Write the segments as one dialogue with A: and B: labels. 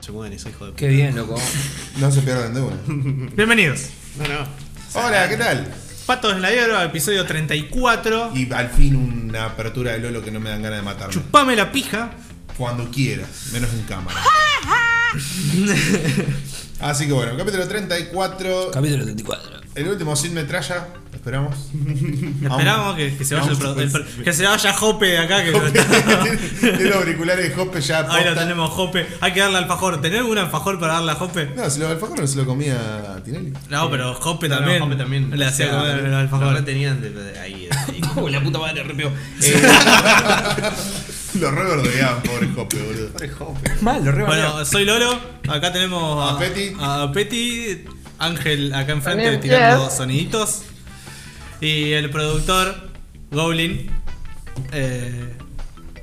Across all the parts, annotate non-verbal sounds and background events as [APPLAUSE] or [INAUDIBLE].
A: Se mueven esos hijos de
B: Qué bien, loco.
C: No se pierdan de
A: [LAUGHS]
C: una.
A: Bienvenidos. No, no.
C: Hola, ¿qué tal?
A: Patos en la hierba, episodio 34.
C: Y al fin una apertura de Lolo que no me dan ganas de matarme.
A: Chupame la pija.
C: Cuando quieras, menos en cámara. Así que bueno, capítulo 34.
B: Capítulo 34.
C: El último sin metralla, esperamos.
A: [LAUGHS]
C: [LAUGHS]
A: Esperamos que, que se vaya el, pro- el pro- que se vaya Jope de acá. Que
C: [LAUGHS] Tiene los auriculares de Hoppe ya
A: Ahí lo
C: posta.
A: tenemos, Jope. Hay que darle alfajor. ¿Tenés algún alfajor para darle a Jope?
C: No, si lo alfajor no se lo comía Tinelli. [LAUGHS]
A: No, pero Jope también.
D: No, Juanpe también.
A: Le hacía comer el alfajor.
D: No tenían de- de- ahí. ahí.
A: [LAUGHS]
B: Oh, la puta madre, arrepió.
C: Lo reverdeaban, pobre Hoppe, boludo.
B: Mal, lo re
A: Bueno, soy Lolo. Acá tenemos a,
C: A Peti.
A: a Peti, Ángel acá enfrente
E: También,
A: tirando
E: Jeff.
A: soniditos. Y el productor, Goblin. Eh,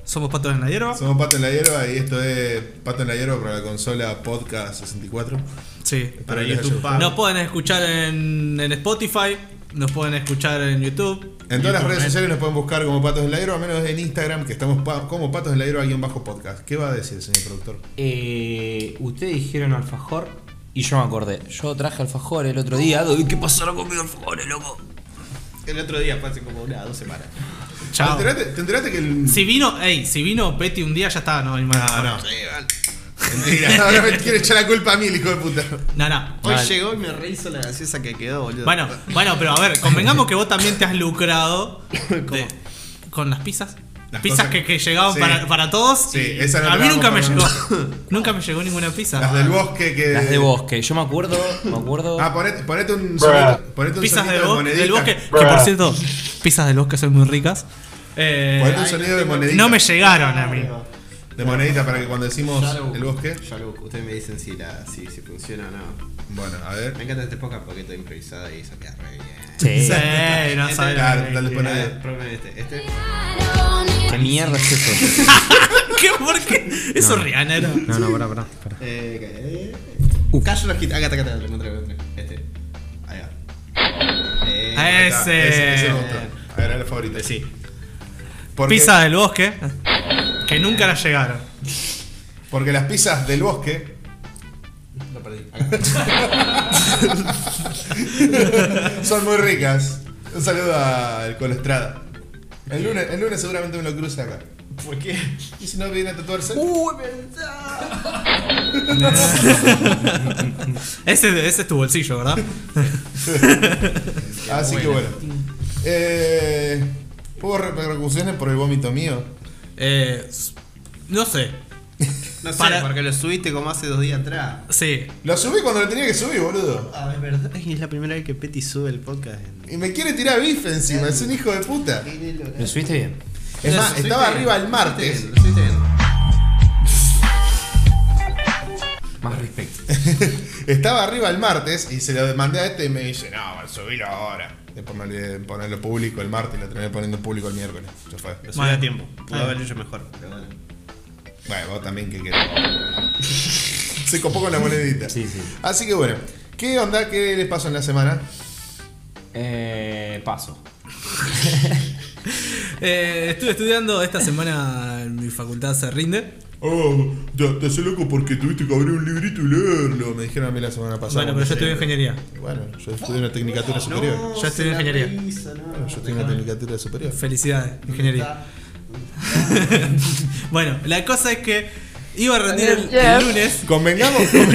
A: somos patos en la hierba.
C: Somos Pato en la Hierba y esto es Pato en la Hierba para la consola Podcast 64.
A: Sí.
D: Para
C: Espero que les haya
D: YouTube
C: gustado.
D: Pago.
A: Nos pueden escuchar en, en Spotify. Nos pueden escuchar en YouTube.
C: En todas las redes
A: ¿eh?
C: sociales nos pueden buscar como Patos en la Hierba, menos en Instagram, que estamos pa- como Patos en la Hierba guión bajo podcast. ¿Qué va a decir, señor productor?
D: Eh, Ustedes dijeron alfajor.
B: Y yo me acordé, yo traje alfajor el otro día. Doy, ¿Qué pasaron con mis alfajores, loco?
D: El otro día, fue hace como una, dos semanas.
A: Chao.
C: ¿Te enteraste, te enteraste que el.
A: Si vino, ey, si vino Peti un día ya está, no, hay más. [LAUGHS]
C: No, no. Mentira. Ahora me quiere echar la culpa a mí, el hijo de puta.
A: No, no.
D: Hoy
B: Mal.
D: llegó y me rehizo la gaseosa que quedó, boludo.
A: Bueno, bueno, pero a ver, convengamos que vos también te has lucrado
C: [LAUGHS]
A: de- con las pizzas.
C: Las
A: pizzas
C: cosas-
A: que, que llegaban
C: sí.
A: para, para todos.
C: Sí,
A: y
C: esa no
A: a
C: te
A: mí
C: la
A: nunca me llegó.
C: vamos a
A: nunca me llegó ninguna pizza.
C: Las del bosque que.
B: Las de bosque, yo me acuerdo, me acuerdo.
C: Ah, ponete, ponete un sonito, ponete un
A: pizzas
C: sonido
A: del,
C: de
A: bo-
C: monedita.
A: del bosque. Que por cierto, pizzas del bosque son muy ricas. Eh,
C: Ponete un sonido de monedita.
A: no me llegaron a mí.
C: De monedita para que cuando decimos
D: Ya lo busco.
C: el bosque.
D: Ya lo busco. Ustedes me dicen si, la, si, si funciona o no.
C: Bueno, a
D: Me
C: ver.
D: encanta este podcast porque está improvisado y se queda re bien.
B: Sí.
A: Sí, no
D: Este-
A: sabés.
C: Claro, dale,
D: Bueno,
C: ponele.
D: probame este. Este.
B: ¿Qué mierda es eso?
A: [LAUGHS] ¿Qué? ¿Por qué? Eso Rihanna era.
B: No, no, pará, pará. pará.
D: Eh, Callo los hits. Acá, acá, acá, acá, lo encontré, lo encontré. Este. Ahí va. Eh,
A: Ese.
C: Está, Ese, ese me gustó. A ver, era la favorita.
D: sí.
C: Porque,
A: Pizza del bosque. Que nunca las llegaron.
C: porque las pizzas del bosque.
D: Lo perdí. Acá.
C: [LAUGHS] Son muy ricas. Un saludo al Colostrada. El lunes, el lunes seguramente me lo cruza acá.
D: ¿Por qué?
C: Y si no viene a tatuarse.
D: ¡Uh, es verdad!
A: Ese, ese es tu bolsillo, ¿verdad?
C: [LAUGHS] Así que bueno. Eh, ¿Hubo repercusiones por el vómito mío?
A: Eh, no sé.
D: No sé,
A: Para-
D: porque lo subiste como hace dos días atrás.
A: Sí.
C: Lo subí cuando lo tenía que subir, boludo.
D: Ah, es verdad. Es la primera vez que Petty sube el podcast. En...
C: Y me quiere tirar bife encima, es un hijo de puta.
B: ¿Lo subiste bien?
C: Es más, estaba arriba el martes.
D: Lo subiste bien.
B: Más respeto.
C: Estaba arriba el martes y se lo demandé a este y me dice, no, subilo ahora. Después me olvidé de ponerlo público el martes y lo terminé poniendo público el miércoles. Ya fue.
D: Lo
A: Vale.
D: subí a tiempo. Pudo haber hecho mejor. Pero bueno.
C: Bueno, vos también que querés. [LAUGHS] se copó con la monedita.
B: Sí, sí.
C: Así que bueno, ¿qué onda? ¿Qué les pasó en la semana?
B: Eh, paso.
A: Eh, estuve estudiando esta semana en mi facultad se rinde.
C: Oh, te, te hace loco porque tuviste que abrir un librito y leerlo. Me dijeron a mí la semana pasada.
A: Bueno, pero yo estudié ingeniería. Ah,
C: Bueno, yo estudié una tecnicatura superior.
A: Yo estudié
D: se la
A: ingeniería.
D: rehizo, no.
C: Yo estudié una tecnicatura superior.
A: Felicidades, ingeniería. bueno, la cosa es que iba a rendir el, el lunes.
C: Convengamos,
A: [LAUGHS]
C: [LAUGHS]
A: Iba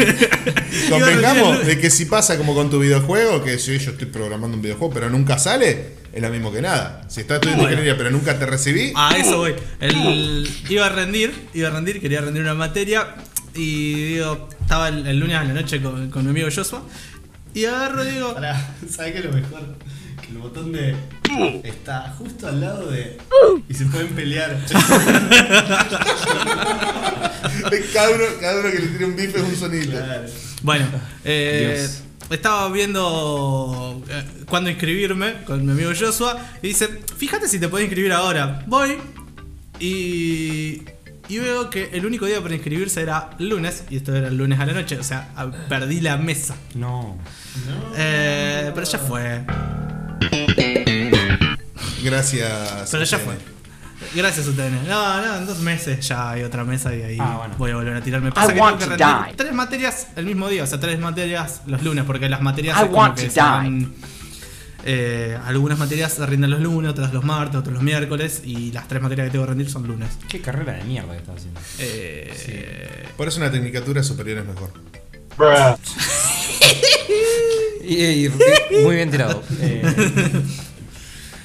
C: convengamos
A: a
C: de que si pasa como con tu videojuego, que si yo estoy programando un videojuego pero nunca sale, es lo mismo que nada. Si estás estudiando
A: Bueno. Ah.
C: ingeniería pero nunca te recibí,
A: A eso voy. El- iba a rendir, iba a rendir, quería rendir una materia. Y digo, estaba el, el lunes a la noche con, con mi amigo Joshua. Y agarro y digo.
D: Pará, ¿sabes qué es lo mejor? Que el botón de. Está justo al lado de. Y se pueden pelear.
C: [LAUGHS] cada, uno, cada uno que le tire un bife es un sonido.
D: Claro.
A: Bueno, eh,
B: Dios.
A: estaba viendo eh, cuándo inscribirme con mi amigo Joshua y dice, fíjate si te puedes inscribir ahora. Voy y, y veo que el único día para inscribirse era lunes y esto era el lunes a la noche, o sea, a- perdí la mesa.
B: No.
A: Eh, pero ya fue,
C: Gracias.
A: pero ya
C: Esteban.
A: fue. Gracias, UTN. No, no, en dos meses ya hay otra mesa y ahí
E: Ah, bueno.
A: voy a volver a tirarme. Pasa que tengo
E: want
A: que
E: to
A: rendir
E: die.
A: tres materias el mismo día, o sea, tres materias los lunes, porque las materias
E: I
A: es como
E: want
A: que
E: to
A: se van, eh, algunas materias se rinden los lunes, otras los martes, otras los miércoles, y las tres materias que tengo que rendir son lunes.
B: Qué carrera de mierda que estás haciendo.
A: Eh,
C: Por eso una tecnicatura superior es mejor.
B: Y, y- muy bien tirado. Eh,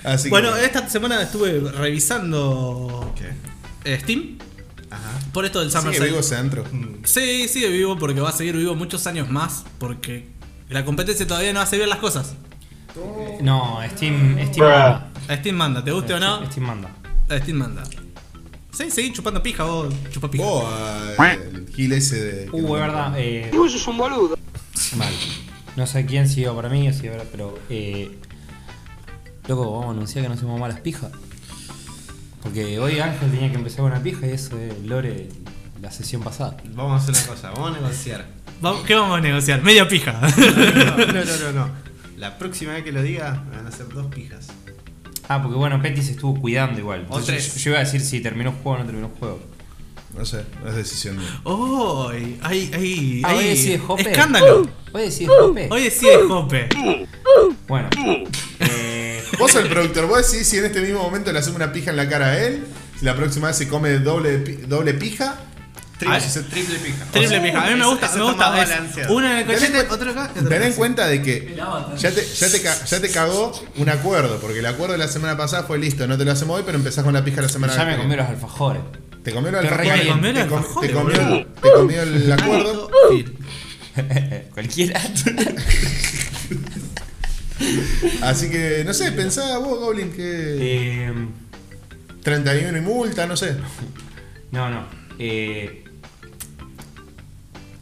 C: Así que-
A: Bueno, esta semana estuve revisando eh, Steam por esto del Summer
C: sigue
A: Sale.
C: vivo ese antro.
A: Sí, sigue vivo porque va a seguir vivo muchos años más porque la competencia todavía no hace bien las cosas.
E: No, Steam, Steam manda.
A: A Steam manda, ¿te guste o no?
E: Steam manda.
A: A Steam manda. Sí, seguí chupando pija vos, chupa pija.
C: O a- ah, el gil ese de. que
E: Uh,
C: no-
E: es verdad. Eh,
C: Mal.
E: no sé quién siguió para mí o si ahora, pero. Eh, loco, vamos a anunciar que no somos malas pijas. Porque hoy Ángel tenía que empezar con una pija y eso es lore de la sesión pasada.
D: Vamos a hacer una cosa, vamos a negociar.
A: Vamos- ¿Qué vamos a negociar? Media pija. [LAUGHS]
D: No, no, no, no. La próxima vez que lo diga, me van a hacer dos pijas.
E: Ah, porque bueno, Petty se estuvo cuidando igual.
D: O
E: Entonces,
D: tres.
E: yo, yo iba a decir si terminó el juego o no terminó el juego.
C: No sé, no es decisión mía.
A: ¡Oh! ¡Ay, ay,
E: Ah, hoy
A: ay!
E: decide Jope.
B: Uh.
A: ¡Escándalo!
E: Hoy decís Jope.
A: Hoy decide Jope.
E: Bueno. Eh,
C: Vos sos el productor, vos decís si en este mismo momento le asume una pija en la cara a él, si la próxima vez se come doble, de pi- doble pija.
D: Triple,
A: Ah, sí.
D: triple pija.
A: Triple pija. A mí me
D: Eso-
A: gusta,
D: eso
A: me
D: está
A: gusta.
D: más
A: es
D: balanceado.
A: Uno en el
C: Ten en
A: cochete,
C: cuen-
A: otro acá. y otro
C: Ten en
A: acá.
C: cuenta de que ya te, ya, te ca- ya te cagó un acuerdo, porque el acuerdo de la semana pasada fue listo, no te lo hacemos hoy, pero empezás con la pija la semana
E: ya me
C: que
E: comí
C: viene.
E: los alfajores. [LAUGHS]
C: Te comió el
E: Te
C: alfajor,
E: regalé.
C: te com-
A: Te comió el alfajor,
C: te comió el-
A: boludo.
C: te comió el acuerdo.
D: Uh.
E: Cualquiera.
C: Así que, no sé, pensá vos, Goblin, que
E: Eh,
C: 31 y multa, no sé.
E: no, no. Eh,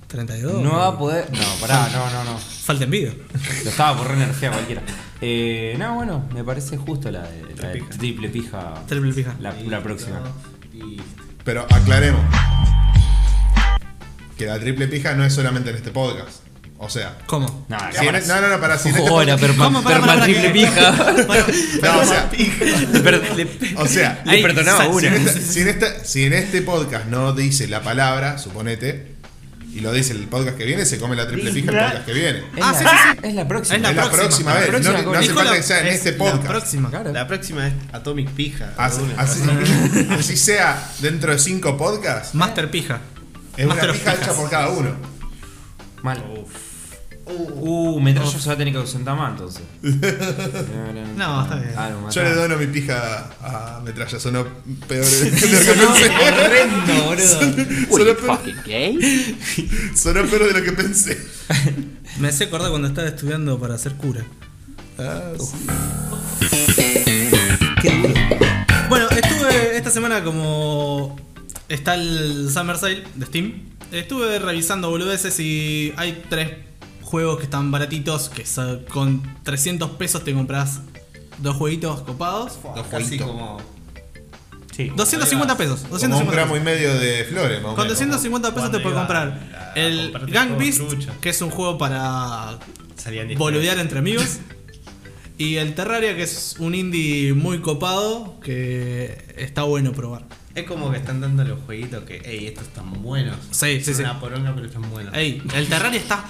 A: 32.
E: no va a poder. No, pará, no, no, no.
A: Falta envidia.
E: Lo estaba por re energía cualquiera. Eh, no, bueno, me parece justo la, de- la de triple pija.
A: Triple pija.
E: La, la próxima.
D: Listo.
C: Pero aclaremos. Que la triple pija no es solamente en este podcast. O sea.
A: ¿Cómo?
E: No,
C: si en-
A: Ah,
C: no, no, no, para si en este
B: Ahora,
C: podcast-
B: perma,
A: Vamos, para, para,
B: perma
A: para,
B: triple
A: que- [LAUGHS]
B: pija.
C: No, o sea,
B: [LAUGHS] Per- le-
C: o
A: [LAUGHS]
C: sea,
B: le perdonaba
A: sa-
C: si,
B: una.
C: en esta- si en esta- si en este podcast no dice la palabra, suponete, y lo dice el podcast que viene, se come la triple pija el podcast que viene.
E: Es,
A: Ah,
E: la,
A: sí, sí,
E: es la próxima.
A: Es la
C: Es la próxima
A: próxima,
C: vez,
A: la
C: no,
A: próxima,
C: no hace
A: Nicola,
C: falta que sea en
A: es
C: este
A: la
C: podcast.
A: próxima.
B: Claro.
D: La próxima es Atomic Pija.
C: Así,
D: alguna.
C: así- [LAUGHS]
A: [LAUGHS]
C: así sea dentro de cinco podcasts,
A: Master pija.
C: es una
A: Master of
C: pija
A: Pijas.
C: hecha por cada uno.
E: Mal. Uh, metralla se va a tener que ausentar más
A: [LAUGHS]
E: entonces.
A: No, está bien.
E: Ah, lo matá.
C: Yo le dono mi pija a Metralla, sonó peor.
B: No, horrendo, boludo.
C: Sonó peor- Sonó peor de lo que pensé.
A: Me hace acordar cuando estaba estudiando para ser cura.
D: Ah,
A: Bueno, estuve esta semana como está el Summer Sale de Steam. Estuve revisando boludeces y hay tres juegos que están baratitos, que sa- con 300 pesos te compras dos jueguitos copados.
D: Casi como.
E: Sí.
A: 250 pesos. 250
C: Como un
A: pesos.
C: gramo y medio de flores, más o
A: Con
C: menos.
A: 250 pesos
D: Cuando
A: te puedes
D: iba
A: comprar
D: a
A: el
D: comprarte
A: Gang
D: juegos
A: Beast,
D: trucha.
A: que es un juego para
D: Salían 10
A: boludear entre amigos. Y el Terraria, que es un indie muy copado, que está bueno probar.
D: Es como que están dando los jueguitos que, ey, estos están buenos.
A: Sí, sí,
D: Son
A: sí.
D: Una poronga, pero están buenos.
A: Ey, el Terraria está,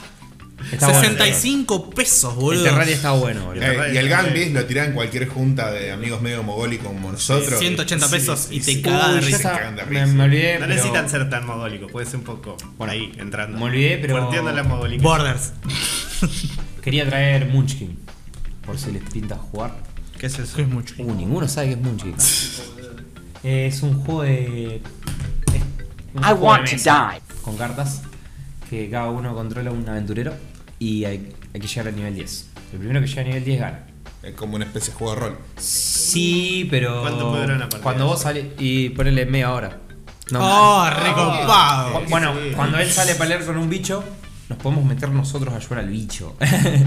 E: Está bueno,
A: 65 pesos,
E: El
A: boludo.
E: Terraria está bueno, boludo.
C: Eh, y el Gambis lo tiran en cualquier junta de amigos medio mogólicos como nosotros.
A: 180 pesos
D: sí,
A: y te
D: sí.
A: cagás de
E: Uy, ya
A: risa.
E: está.
C: Se cagan de
E: me,
C: risa.
E: me olvidé.
D: No
E: pero-
D: necesitan ser tan mogólicos, puede ser un poco por ahí, entrando.
E: Me olvidé, pero-
D: Partiendo la mogólica.
A: Borders.
E: Quería traer Munchkin. Por si les pinta jugar.
D: ¿Qué es eso?
A: Eso es mucho.
E: Uh, ninguno sabe que es Munchkin. es un juego de. es un
F: I
E: juego
F: want
E: de
F: to
E: mesa
F: die.
E: Con cartas que cada uno controla un aventurero y hay, hay que llegar al nivel 10. El primero que llega al nivel 10 gana.
C: Es como una especie de juego de rol.
E: Sí, pero.
D: ¿Cuánto puede durar una partida?
E: Cuando vos sales y ponele media hora. No,
A: Oh,
E: Cu-
A: recopado.
E: Bueno,
D: sí.
E: cuando él sale a pelear con un bicho, nos podemos meter nosotros a ayudar al bicho. [LAUGHS]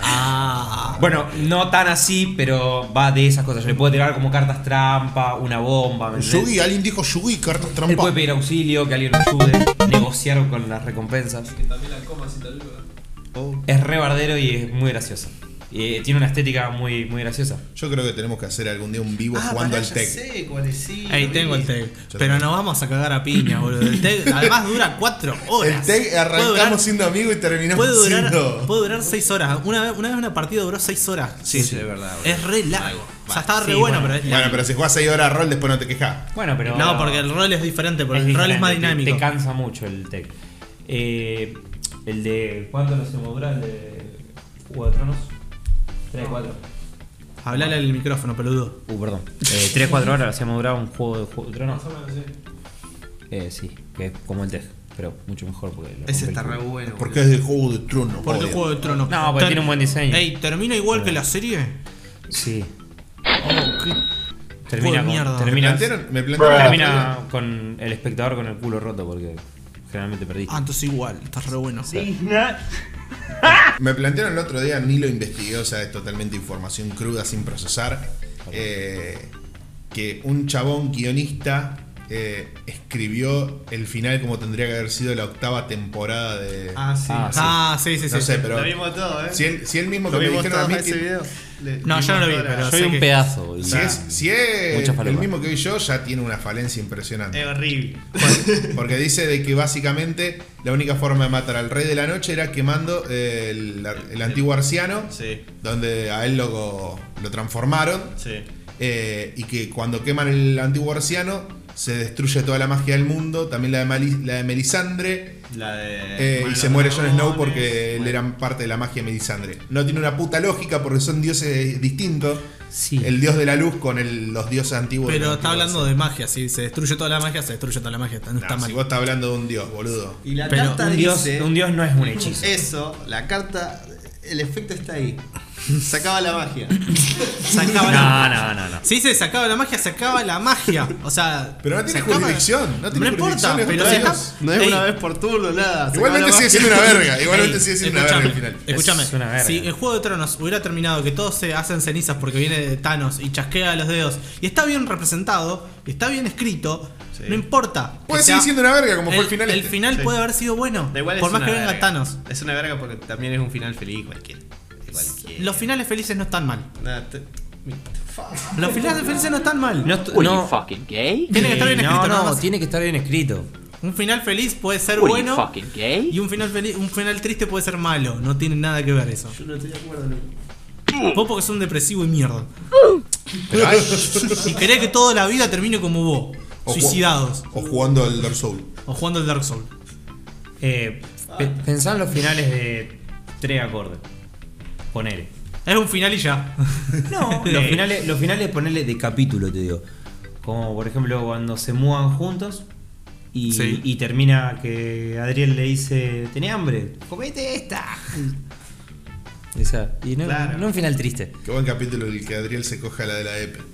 A: Ah.
E: bueno, no tan así, pero va de esas cosas. Yo le puedo tirar como cartas trampa, una bomba, ¿me entendés?
C: Yugi, alguien dijo Yugi, cartas
E: Él
C: trampa.
E: puede pedir auxilio, que alguien lo ayude, negociar con las recompensas.
A: Oh.
G: Que también la coma si te ayuda.
E: Es re bardero y es muy gracioso. Eh, tiene una estética muy, muy graciosa.
C: Yo creo que tenemos que hacer algún día un vivo
D: Ah,
C: jugando
D: pará,
C: al
D: ya
C: tech.
D: sé cuál es, sí,
A: Ahí
D: lo
A: tengo
D: vi.
A: el tech.
C: Yo
A: Pero
C: también.
A: nos vamos a cagar a piña, boludo. El tech además dura 4
C: El
A: horas.
C: tech
A: Puede durar-
C: arrancamos siendo amigos y terminamos
A: Puede durar,
C: siendo.
A: puede durar 6 horas. Una vez, una vez una partida duró 6 horas.
D: Sí, sí, es verdad. boludo.
A: Es re largo. O sea, está re
E: Sí,
A: bueno,
E: bueno.
A: pero es
C: Bueno,
A: largo.
C: pero si jugás 6 horas a rol, después no te quejas.
E: Bueno, pero.
A: no, porque el rol es diferente, porque
E: es
A: el rol es más
E: diferente,
A: dinámico.
E: Te, te cansa mucho el tech. Eh, el de. ¿Cuánto nos hemos durado? El de. Juego de Tronos. 3, 4.
A: Hablale al micrófono, peludo.
E: Uh, perdón. Eh, 3, 4 horas hacíamos durar un juego de Juego de Tronos. Eh, sí, que es como el tech, pero mucho mejor porque. lo
D: Ese está
E: rompe el
D: re
E: culo.
D: bueno.
C: Porque es del juego de trono.
A: Porque el
C: obvio.
A: juego de tronos.
E: No, porque
A: Ter-
E: tiene un buen diseño.
A: Ey, ¿termina igual que la serie?
E: Sí.
A: Oh, qué-
E: Termina
A: Juego de
E: con.
A: mierda.
C: ¿Me
E: Termina,
C: plantearon? ¿Me plantearon?
E: termina con el espectador con el culo roto porque generalmente perdiste.
A: Ah, entonces igual, está re bueno.
C: Me plantearon el otro día, ni lo investigué, o sea, es totalmente información cruda sin procesar. eh, que un chabón guionista eh, escribió el final como tendría que haber sido la octava temporada de.
D: Ah, sí.
E: Ah, sí.
A: Ah, sí, sí, sí.
C: no sé,
A: sí.
C: pero.
D: Lo vimos todo, ¿eh?
C: Si él, si él mismo
D: ¿Lo
C: que me
D: vimos
C: dijeron a
D: todos
C: mí
D: ese
C: que-
D: video? Le-
A: No, yo no lo vi,
D: vimos todas
A: pero
D: las-
A: sé
E: Yo vi un
A: que-
E: pedazo, boludo.
C: Si es, si es
E: Muchas
C: el
E: palabras.
C: mismo que vi yo, ya tiene una falencia impresionante.
D: Es horrible.
C: Porque dice de que básicamente la única forma de matar al rey de la noche era quemando eh, el, el antiguo arciano,
D: [LAUGHS] Sí,
C: donde a él lo, lo transformaron,
D: sí.
C: eh, y que cuando queman el antiguo arciano se destruye toda la magia del mundo, también la de, Mali- la de Melisandre,
D: La de. eh,
C: eh, y se muere Jon Snow porque él era parte de la magia de Melisandre. No tiene una puta lógica porque son dioses distintos.
E: Sí.
C: El dios de la luz con el- los dioses antiguos.
A: Pero está hablando de magia, si se destruye toda la magia, se destruye toda la magia, no está
C: Si
A: mal.
C: vos estás hablando de un dios, boludo.
D: Y la
A: Pero
D: carta
E: un dios,
D: dice.
E: un dios no es un hechizo.
A: Eh,
D: Eso, la carta. El efecto está ahí.
C: [LAUGHS]
D: Sacaba la magia.
A: Sacaba la-
E: No, no, no, no.
A: Si se sacaba la magia, sacaba la magia. O sea.
C: Pero no tiene
A: se acaba-
C: jurisdicción, no tiene
A: importa,
C: jurisdicción, es
A: pero
C: un
A: se
C: dios.
A: está-
D: No es
A: Ey,
D: una vez por turno, nada.
C: Igualmente sigue
D: sacaba
C: siendo una
A: [LAUGHS]
C: verga. Igualmente
A: ey,
C: sigue siendo una verga al final.
A: Escúchame,
E: Es una verga.
A: si el juego de Tronos hubiera terminado que todos se hacen cenizas porque viene Thanos y chasquea los dedos y está bien representado, está bien escrito,
D: Sí.
A: no importa. que
C: Puede
A: sea-
C: seguir siendo una verga como
A: el,
C: fue el final.
A: el
C: este.
A: final
D: Sí.
A: puede haber sido bueno,
D: Da igual
A: por
D: es
A: más
D: una
A: que venga
D: verga.
A: Thanos.
D: Es una verga porque también es un final feliz cualquiera. Cualquiera.
A: Los finales felices no están mal.
D: Nada, te-
A: Los finales felices no están mal.
E: No, est-
F: What are
E: no,
F: you fucking gay?
A: Tiene que estar bien
E: eh,
A: escrito.
E: No,
A: nada
E: no,
A: más.
E: tiene que estar bien escrito.
A: Un final feliz puede ser
F: What are you
A: bueno
F: fucking gay?
A: y un final feliz, un final triste puede ser malo. No tiene nada que ver eso.
D: Yo no estoy de acuerdo, no.
A: Vos porque sos un depresivo y mierda.
C: Pero, ay, [LAUGHS]
A: Y querés que toda la vida termine como vos,
C: o ju-
A: suicidados
C: O jugando al Dark Souls.
A: o jugando al Dark Souls.
E: Eh, pe-
A: Ah.
E: pensá en los finales de tres acordes. Ponele.
A: Es un final y ya.
E: No, los finales, los finales ponele de capítulo, te digo. Como por ejemplo cuando se mudan juntos y,
A: Sí.
E: y termina que Adriel le dice, ¿tenés hambre? Comete esta. Esa. Y no,
D: Claro.
E: no un final triste.
C: Qué buen capítulo el que Adriel se coge a la de la EP. [LAUGHS]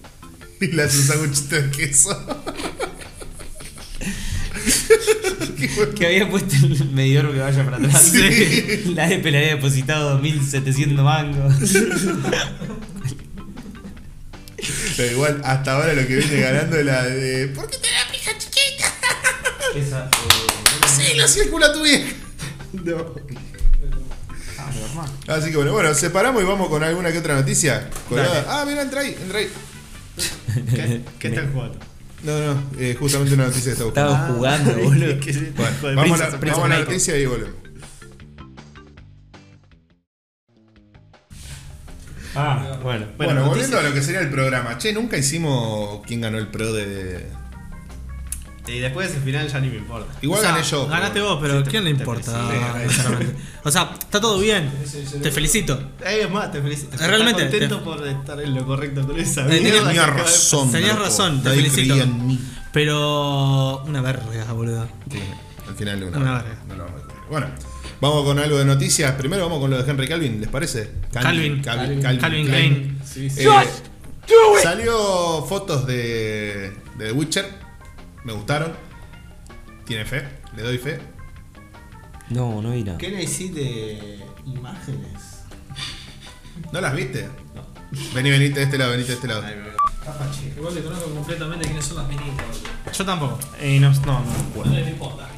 C: Y le hace un sándwichito de queso.
E: [LAUGHS] Que había puesto el medidor que vaya para atrás.
C: Sí.
E: [LAUGHS] La EP le había depositado 2.700
A: [LAUGHS]
E: mangos.
C: Pero igual, hasta ahora lo que viene ganando es la de. ¿Por qué te da pija chiquita?
E: Esa. eh,
C: Sí, lo circula tu vieja. [LAUGHS]
E: ah, mi hermano.
C: Así que bueno, bueno, separamos y vamos con alguna que otra noticia. Colgada.
E: Dale.
C: Ah, mira, entra ahí, entra ahí.
D: ¿Qué, ¿Qué
A: [LAUGHS]
D: están jugando?
C: No, no, eh, justamente una noticia que está buscando.
E: Estaba jugando,
D: [LAUGHS]
E: boludo.
D: ¿Qué- qué-
C: Bueno,
D: hijo de
C: vamos,
D: Prince-
C: a la,
D: Prince
C: vamos a la
D: Connector.
C: noticia y volvemos.
E: Ah, bueno.
C: Bueno,
D: Bueno,
C: volviendo a lo que sería el programa. Che, nunca hicimos quién ganó el pro de.
D: Y después de ese final ya ni me importa.
C: Igual
A: O sea,
C: gané yo.
A: Ganaste
C: pero
A: vos, pero
D: Sí, te-
A: ¿quién le
D: te
A: importa?
D: felicito.
A: sinceramente? o sea, está todo bien. Te felicito.
D: Eh, es más, te felicito.
A: Realmente,
D: Estás contento
A: te-
D: por estar en lo correcto con esa
A: Eh,
D: mierda.
A: tenía
D: que acaba de-
C: razón.
A: Tenías
C: loco.
A: razón, te
C: Nadie
A: felicito.
C: creía en mí.
A: Pero. Una verga, boludo.
C: Sí, al final una.
A: Una verga.
C: No lo vamos a discutir. bueno, vamos con algo de noticias. Primero vamos con lo de Henry Calvin, ¿les parece?
A: Calvin.
C: Calvin,
A: Calvin Klein.
D: Sí, sí.
C: Eh, Salió fotos de, de The Witcher. Me gustaron. Tiene fe, le doy fe.
E: No, no vi nada.
D: ¿Qué necesitas de imágenes?
C: ¿No las viste? Vení, venite de este lado, venite de este lado.
G: Igual desconozco completamente quiénes son las minitas, boludo.
A: Yo tampoco.
E: Eh, no, no, no.
G: No les importa.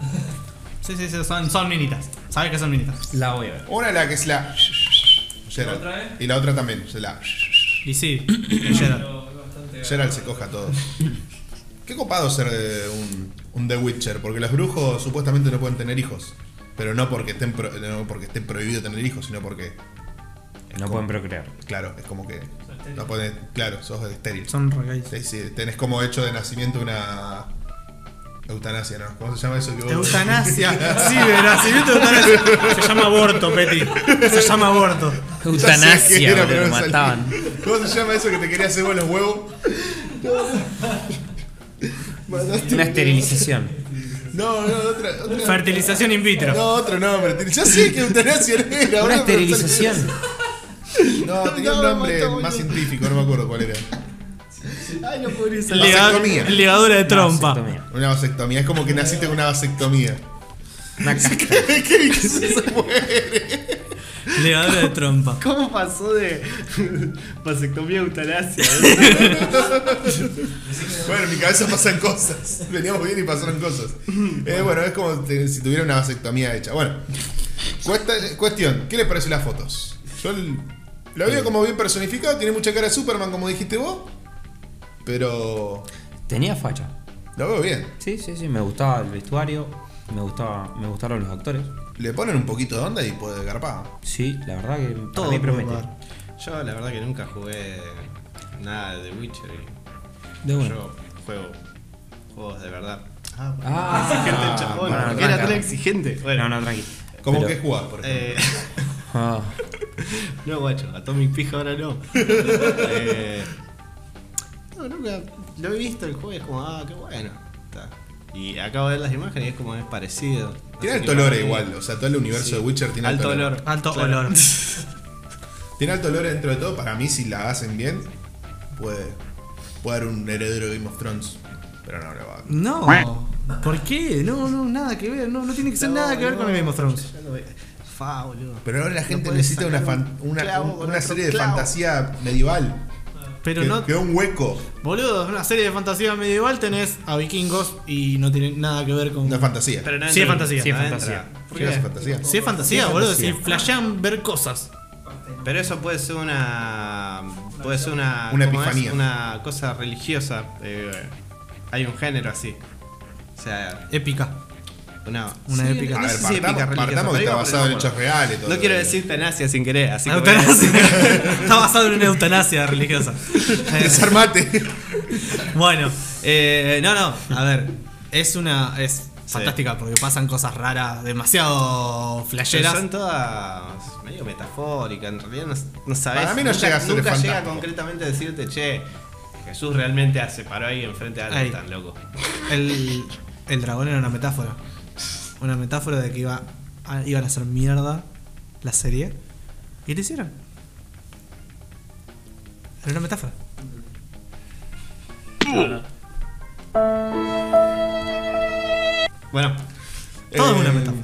A: Sí, sí, sí, son, son minitas. Sabes que son minitas.
E: La voy a ver.
C: Una la que es la. Gerald.
G: otra, eh?
C: Y la otra también, se la.
A: Y sí, es Geralt.
G: Pero es bastante-
C: Gerald se coja a todos. Qué copado ser eh, un, un The Witcher, porque los brujos supuestamente no pueden tener hijos. Pero no porque estén pro- no porque esté prohibido tener hijos, sino porque,
E: No pueden procrear.
C: claro, es como que. No pueden, claro, sos estéril.
A: Son regalos.
C: Sí, sí, tenés como hecho de nacimiento una. Eutanasia, ¿no? ¿Cómo se llama eso? que vos-
A: Eutanasia. Sí, de nacimiento de eutanasia. Se llama aborto, Peti. Se llama aborto.
C: Ya sé qué
B: Eutanasia,
C: era,
B: boludo, lo
C: no salía.
B: mataban.
C: ¿Cómo se llama eso que te quería hacer vos los huevos?
E: Una esterilización.
C: No, no, otra. otra
A: Fertilización in vitro.
C: no, otro nombre. Ya sé que eutanasia no era.
B: Una
C: boludo, pero-
B: esterilización.
C: No, tenía un nombre más científico, no me acuerdo cuál era.
D: Ay, no podría ser.
A: Lega-
C: vasectomía.
A: Ligadura de trompa.
E: Vasectomía.
C: Una vasectomía, es como que naciste con una vasectomía.
D: [LAUGHS]
E: Una casca.
C: ¿Qué dices?
A: Ligadura de trompa.
D: ¿Cómo pasó de [LAUGHS] vasectomía a eutanasia? [LAUGHS]
C: [LAUGHS] Bueno, en mi cabeza pasan cosas. Veníamos bien y pasaron cosas. Eh, bueno, es como te- si tuviera una vasectomía hecha. Bueno, cuesta- cuestión: ¿qué les pareció las fotos? Yo l- lo veo como bien personificado, tiene mucha cara de Superman, como dijiste vos. Pero
E: Tenía facha.
C: lo veo bien.
E: Sí, sí, sí. Me gustaba el vestuario. Me gustaba. Me gustaron los actores.
C: Le ponen un poquito de onda y puede garpar.
E: Sí, la verdad que para
A: Todo
E: mí
A: puede
E: promete.
A: dar.
D: Yo la verdad que nunca jugué nada de The Witcher.
E: De bueno.
D: Yo juego juegos de verdad. Ah, bueno.
E: Ah,
D: exigente el chabón.
E: bueno,
D: porque
E: claro.
D: era tan exigente. Bueno,
E: No, no, tranqui.
C: ¿Cómo
E: Pero-
C: que jugás, por ejemplo?
D: eh,
E: Ah,
D: no, guacho, Atomic Pija ahora
C: [LAUGHS]
D: no. Eh, no, nunca lo he visto el juego y es como, ah, qué bueno. Está. Y acabo de ver las imágenes y es como, es parecido.
C: Tiene
D: Así que
C: alto olor
D: para mí-
C: igual, o sea, todo el universo
D: Sí.
C: de Witcher tiene
D: Alto olor.
A: Alto
D: Claro. [LAUGHS]
A: olor.
C: Tiene alto olor dentro de todo. Para mí, si la hacen bien, puede, puede dar un heredero de Game of Thrones. Pero no lo va a
A: No. ¿Por qué? No, no, nada que ver. No, no tiene que ser
D: No,
A: nada que ver
D: no,
A: con el Game of Thrones.
D: ya lo ve- Fa, boludo.
C: Pero ahora la
D: No
C: gente
D: podés
C: necesita una,
D: sacar
C: fan-
D: un
C: una,
D: clavo
C: un-
D: con
C: una
D: otro
C: serie de
D: clavo.
C: fantasía medieval.
A: Pero
C: que,
A: no.
C: que un hueco.
A: Boludo, es una serie de fantasía medieval. Tenés a vikingos y no tiene nada que ver con.
C: Una fantasía.
D: Pero no
A: Sí, es
D: entra.
A: fantasía.
E: Sí, es
D: No
E: fantasía.
D: entra.
C: ¿Por qué no hace fantasía?
A: Si es fantasía, boludo. Si
E: fantasía.
A: flashean ver cosas.
D: Pero eso puede ser una. Puede ser una.
C: Una
D: ¿cómo es?
C: epifanía.
D: Una cosa religiosa. eh, hay un género así. O sea,
A: Épica.
D: una.
A: Una
D: sí,
A: épica.
C: A
D: no
C: ver,
D: sé si épica religiosa,
C: partamos, partamos que
D: pero
C: está
D: digo,
C: basado en
D: por
C: hechos reales. todo
D: No quiero
C: lo- [LAUGHS]
D: decir eutanasia sin querer, así que. voy a- [LAUGHS]
A: Eutanasia. Está basado en una eutanasia religiosa. Eh,
C: Desarmate.
A: Bueno, eh, no, no, a ver, es una. es fantástica porque pasan cosas raras, demasiado
D: Pero
A: flasheras.
D: son todas medio metafóricas, en realidad no, no sabes.
C: Para mí no
D: nunca,
C: llega a ser
D: Nunca llega
C: fantástico.
D: concretamente a decirte, che, Jesús realmente hace paró ahí enfrente de
A: Ahí.
D: algo tan loco.
A: El, el dragón era una metáfora. Una metáfora de que iba a- iban a hacer mierda la serie. Y lo hicieron. Era una metáfora.
D: Bueno,
A: Todo es una
C: Eh,
A: metáfora.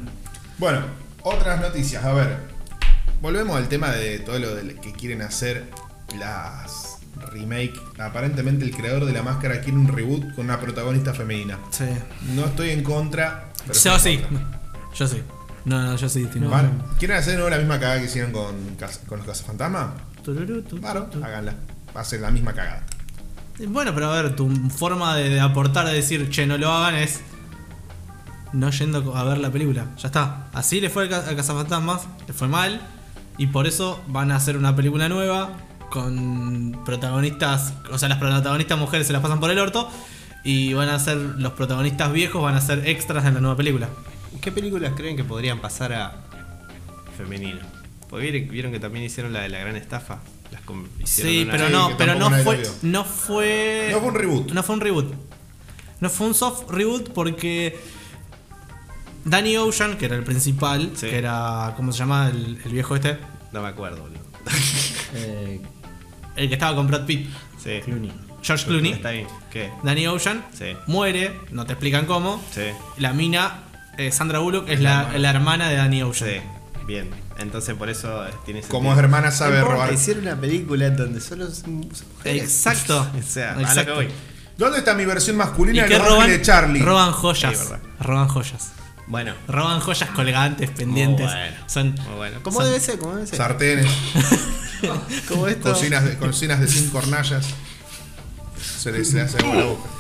C: Bueno, otras noticias. A ver, volvemos al tema de todo lo del que quieren hacer las remake. Aparentemente el creador de la máscara quiere un reboot con una protagonista femenina.
A: Sí.
C: No estoy en contra. pero
A: Yo
C: estoy en
A: sí.
C: contra.
A: Yo sí. No, no, yo sí distinto.
C: Vale. ¿Quieren hacer de nuevo la misma cagada que hicieron con, Cas- con los cazafantasmas?
A: Tururú, tu,
C: Claro,
A: tu.
C: háganla. Va a ser la misma cagada.
A: Bueno, pero a ver, tu forma de, de aportar a decir, che, no lo hagan es no yendo a ver la película. Ya está. Así le fue al ca- al Cazafantasmas, le fue mal. Y por eso van a hacer una película nueva con protagonistas, o sea, las protagonistas mujeres se las pasan por el orto. Y van a ser, los protagonistas viejos van a ser extras en la nueva película.
D: ¿Qué películas creen que podrían pasar a femenino? Porque vieron- vieron que también hicieron la de la gran estafa. Las com- hicieron
A: Sí,
D: una-
A: pero
C: Sí,
A: no,
C: que
A: pero no
C: tampoco nadie
A: fue,
C: la vio.
A: no fue.
C: No fue un reboot.
A: No fue un reboot. No fue un soft reboot porque. Danny Ocean, que era el principal,
D: Sí.
A: que era. ¿Cómo se llama? El, el viejo este.
D: No me acuerdo, boludo.
E: eh,
A: El que estaba con Brad Pitt.
D: Sí.
E: Clooney.
A: George Clooney.
D: Está bien. ¿Qué?
A: Danny Ocean
D: Sí.
A: muere, no te explican cómo.
D: Sí.
A: La mina, eh, Sandra Bullock, es la, la hermana de Danny Ocean.
D: Sí. Bien. Entonces por eso eh, tiene sentido.
C: Como hermana sabe
D: No importa,
C: robar.
D: Hicieron una película en donde solo son son mujeres.
A: Exacto.
D: [LAUGHS] O sea, a lo que
A: Exacto.
D: voy.
C: ¿Dónde está mi versión
A: ¿Y
C: masculina de
A: qué
C: los
A: roban?
C: Ángeles de Charlie?
A: Roban joyas.
D: Sí, verdad.
A: roban joyas.
D: Bueno.
A: Roban joyas colgantes, pendientes.
D: Muy bueno.
A: Son
D: Muy bueno. ¿Cómo
A: Son-
D: debe ser? ¿Cómo debe ser?
C: Sartenes,
D: ¿Cómo esto?
C: cocinas de, cocinas de cinco hornallas. Se le, se le hace agua a la boca.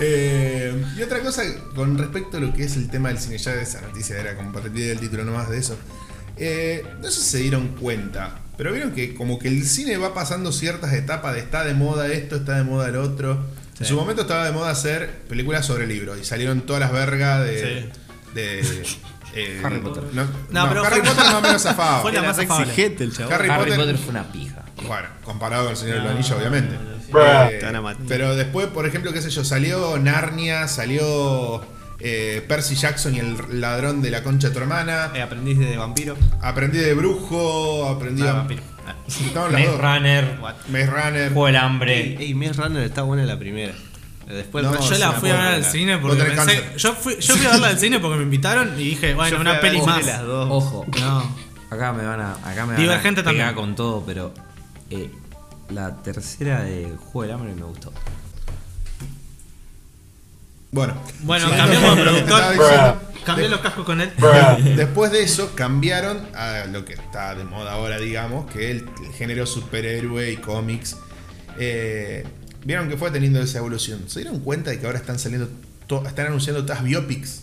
C: Eh, y otra cosa con respecto a lo que es el tema del cine, ya esa noticia era compartir el título nomás de eso. Eh, no sé si se dieron cuenta, pero vieron que como que el cine va pasando ciertas etapas de está de moda esto, está de moda el otro. En su momento estaba de moda hacer películas sobre libros y salieron todas las vergas de.
D: [LAUGHS]
C: de, eh,
E: Harry Potter.
C: No,
A: No,
C: no,
A: pero
C: Harry
A: fue- [LAUGHS]
C: Potter más o menos zafado.
A: Fue la
D: Era
A: más
D: re
A: afable.
D: exigente el chaval.
C: Harry,
B: Harry
C: Potter,
B: Potter fue una pija.
C: bueno, comparado con el Señor de los Anillos, obviamente. Eh,
D: Te van a matar.
C: pero después, por ejemplo, qué sé yo, salió Narnia, salió eh, Percy Jackson y el ladrón de la concha de tu hermana.
D: Eh, aprendiz de vampiro.
C: Aprendí de brujo, aprendí
D: Ah,
C: de...
D: vampiro. Ah.
C: Estaban las
E: Maze
C: dos.
E: Runner,
D: What?
C: Maze Runner.
E: Juego del
D: Ey,
E: Hambre.
D: ey, Maze Runner está buena la primera. Eh, Después
C: No,
D: el resto
A: Yo
D: es
C: es
A: la
D: una
A: fui a ver
D: porquería.
A: al cine
C: Vos
A: porque
C: tenés
A: pensé.
C: cáncer.
A: Yo fui,
D: [LAUGHS]
A: yo fui a verla al cine porque me invitaron y dije, bueno,
D: Yo fui
A: una
D: a ver
A: peli
D: una
A: más.
D: de las dos.
B: Ojo,
A: No.
B: acá me van a. Acá me
A: Divergente
B: van a pegar
A: también.
B: con todo, pero. eh, la tercera de Juego del Hambre me gustó.
C: Bueno,
A: Bueno,
C: Sí,
A: cambiamos de
C: lo que te
A: productor.
C: estaba diciendo.
A: Cambié los cascos con él.
C: Después de eso cambiaron a lo que está de moda ahora, digamos, que el, el género superhéroe y cómics. Eh, Vieron que fue teniendo esa evolución. ¿Se dieron cuenta de que ahora están saliendo, to- están anunciando todas biopics?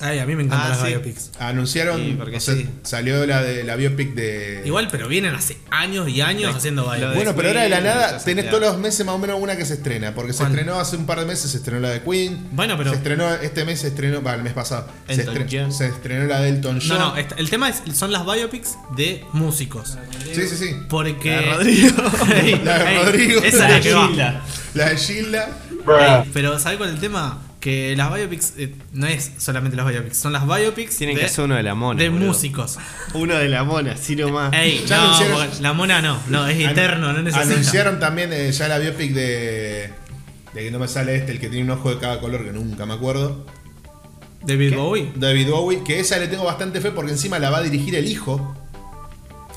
A: Ay, a mí me encantan
D: Ah,
A: las
D: sí.
A: biopics.
C: Anunciaron,
D: Sí, porque
C: o sea,
D: sí.
C: salió la de la biopic de...
A: Igual, pero vienen hace años y años haciendo biopics.
C: Bueno,
D: de
C: pero ahora de la
D: Queen,
C: nada
D: esas
C: tenés
D: actividades.
C: todos los meses más o menos una que se estrena, porque
A: ¿Cuál?
C: se estrenó hace un par de meses, se estrenó la de Queen.
A: Bueno, pero-
C: Se estrenó, este mes se estrenó, va, el mes pasado. Se,
D: Elton
C: estre-
D: John.
C: se estrenó la de Elton John.
A: No, no, esta- el tema es, son las biopics de músicos.
C: Sí, sí, sí.
A: Porque.
D: La de Rodrigo.
A: [LAUGHS] Ey,
C: [LAUGHS] La de
A: ey,
C: Rodrigo.
A: Esa es la que va.
C: La de Gilda.
A: Ey, pero ¿sabes cuál es el tema? Que las biopics eh, no es solamente las biopics, son las biopics
D: Tienen
A: de,
D: que hacer uno de la mona.
A: de
D: boludo.
A: músicos.
D: Uno de la mona, así nomás.
A: Ey,
C: Ya
A: no,
C: anunciaron-
A: porque la mona no, no, es eterno, no necesita.
C: Anunciaron también eh, ya la biopic de. De que no me sale este, el que tiene un ojo de cada color, que nunca me acuerdo.
A: David Bowie.
C: David Bowie, que esa le tengo bastante fe porque encima la va a dirigir el hijo.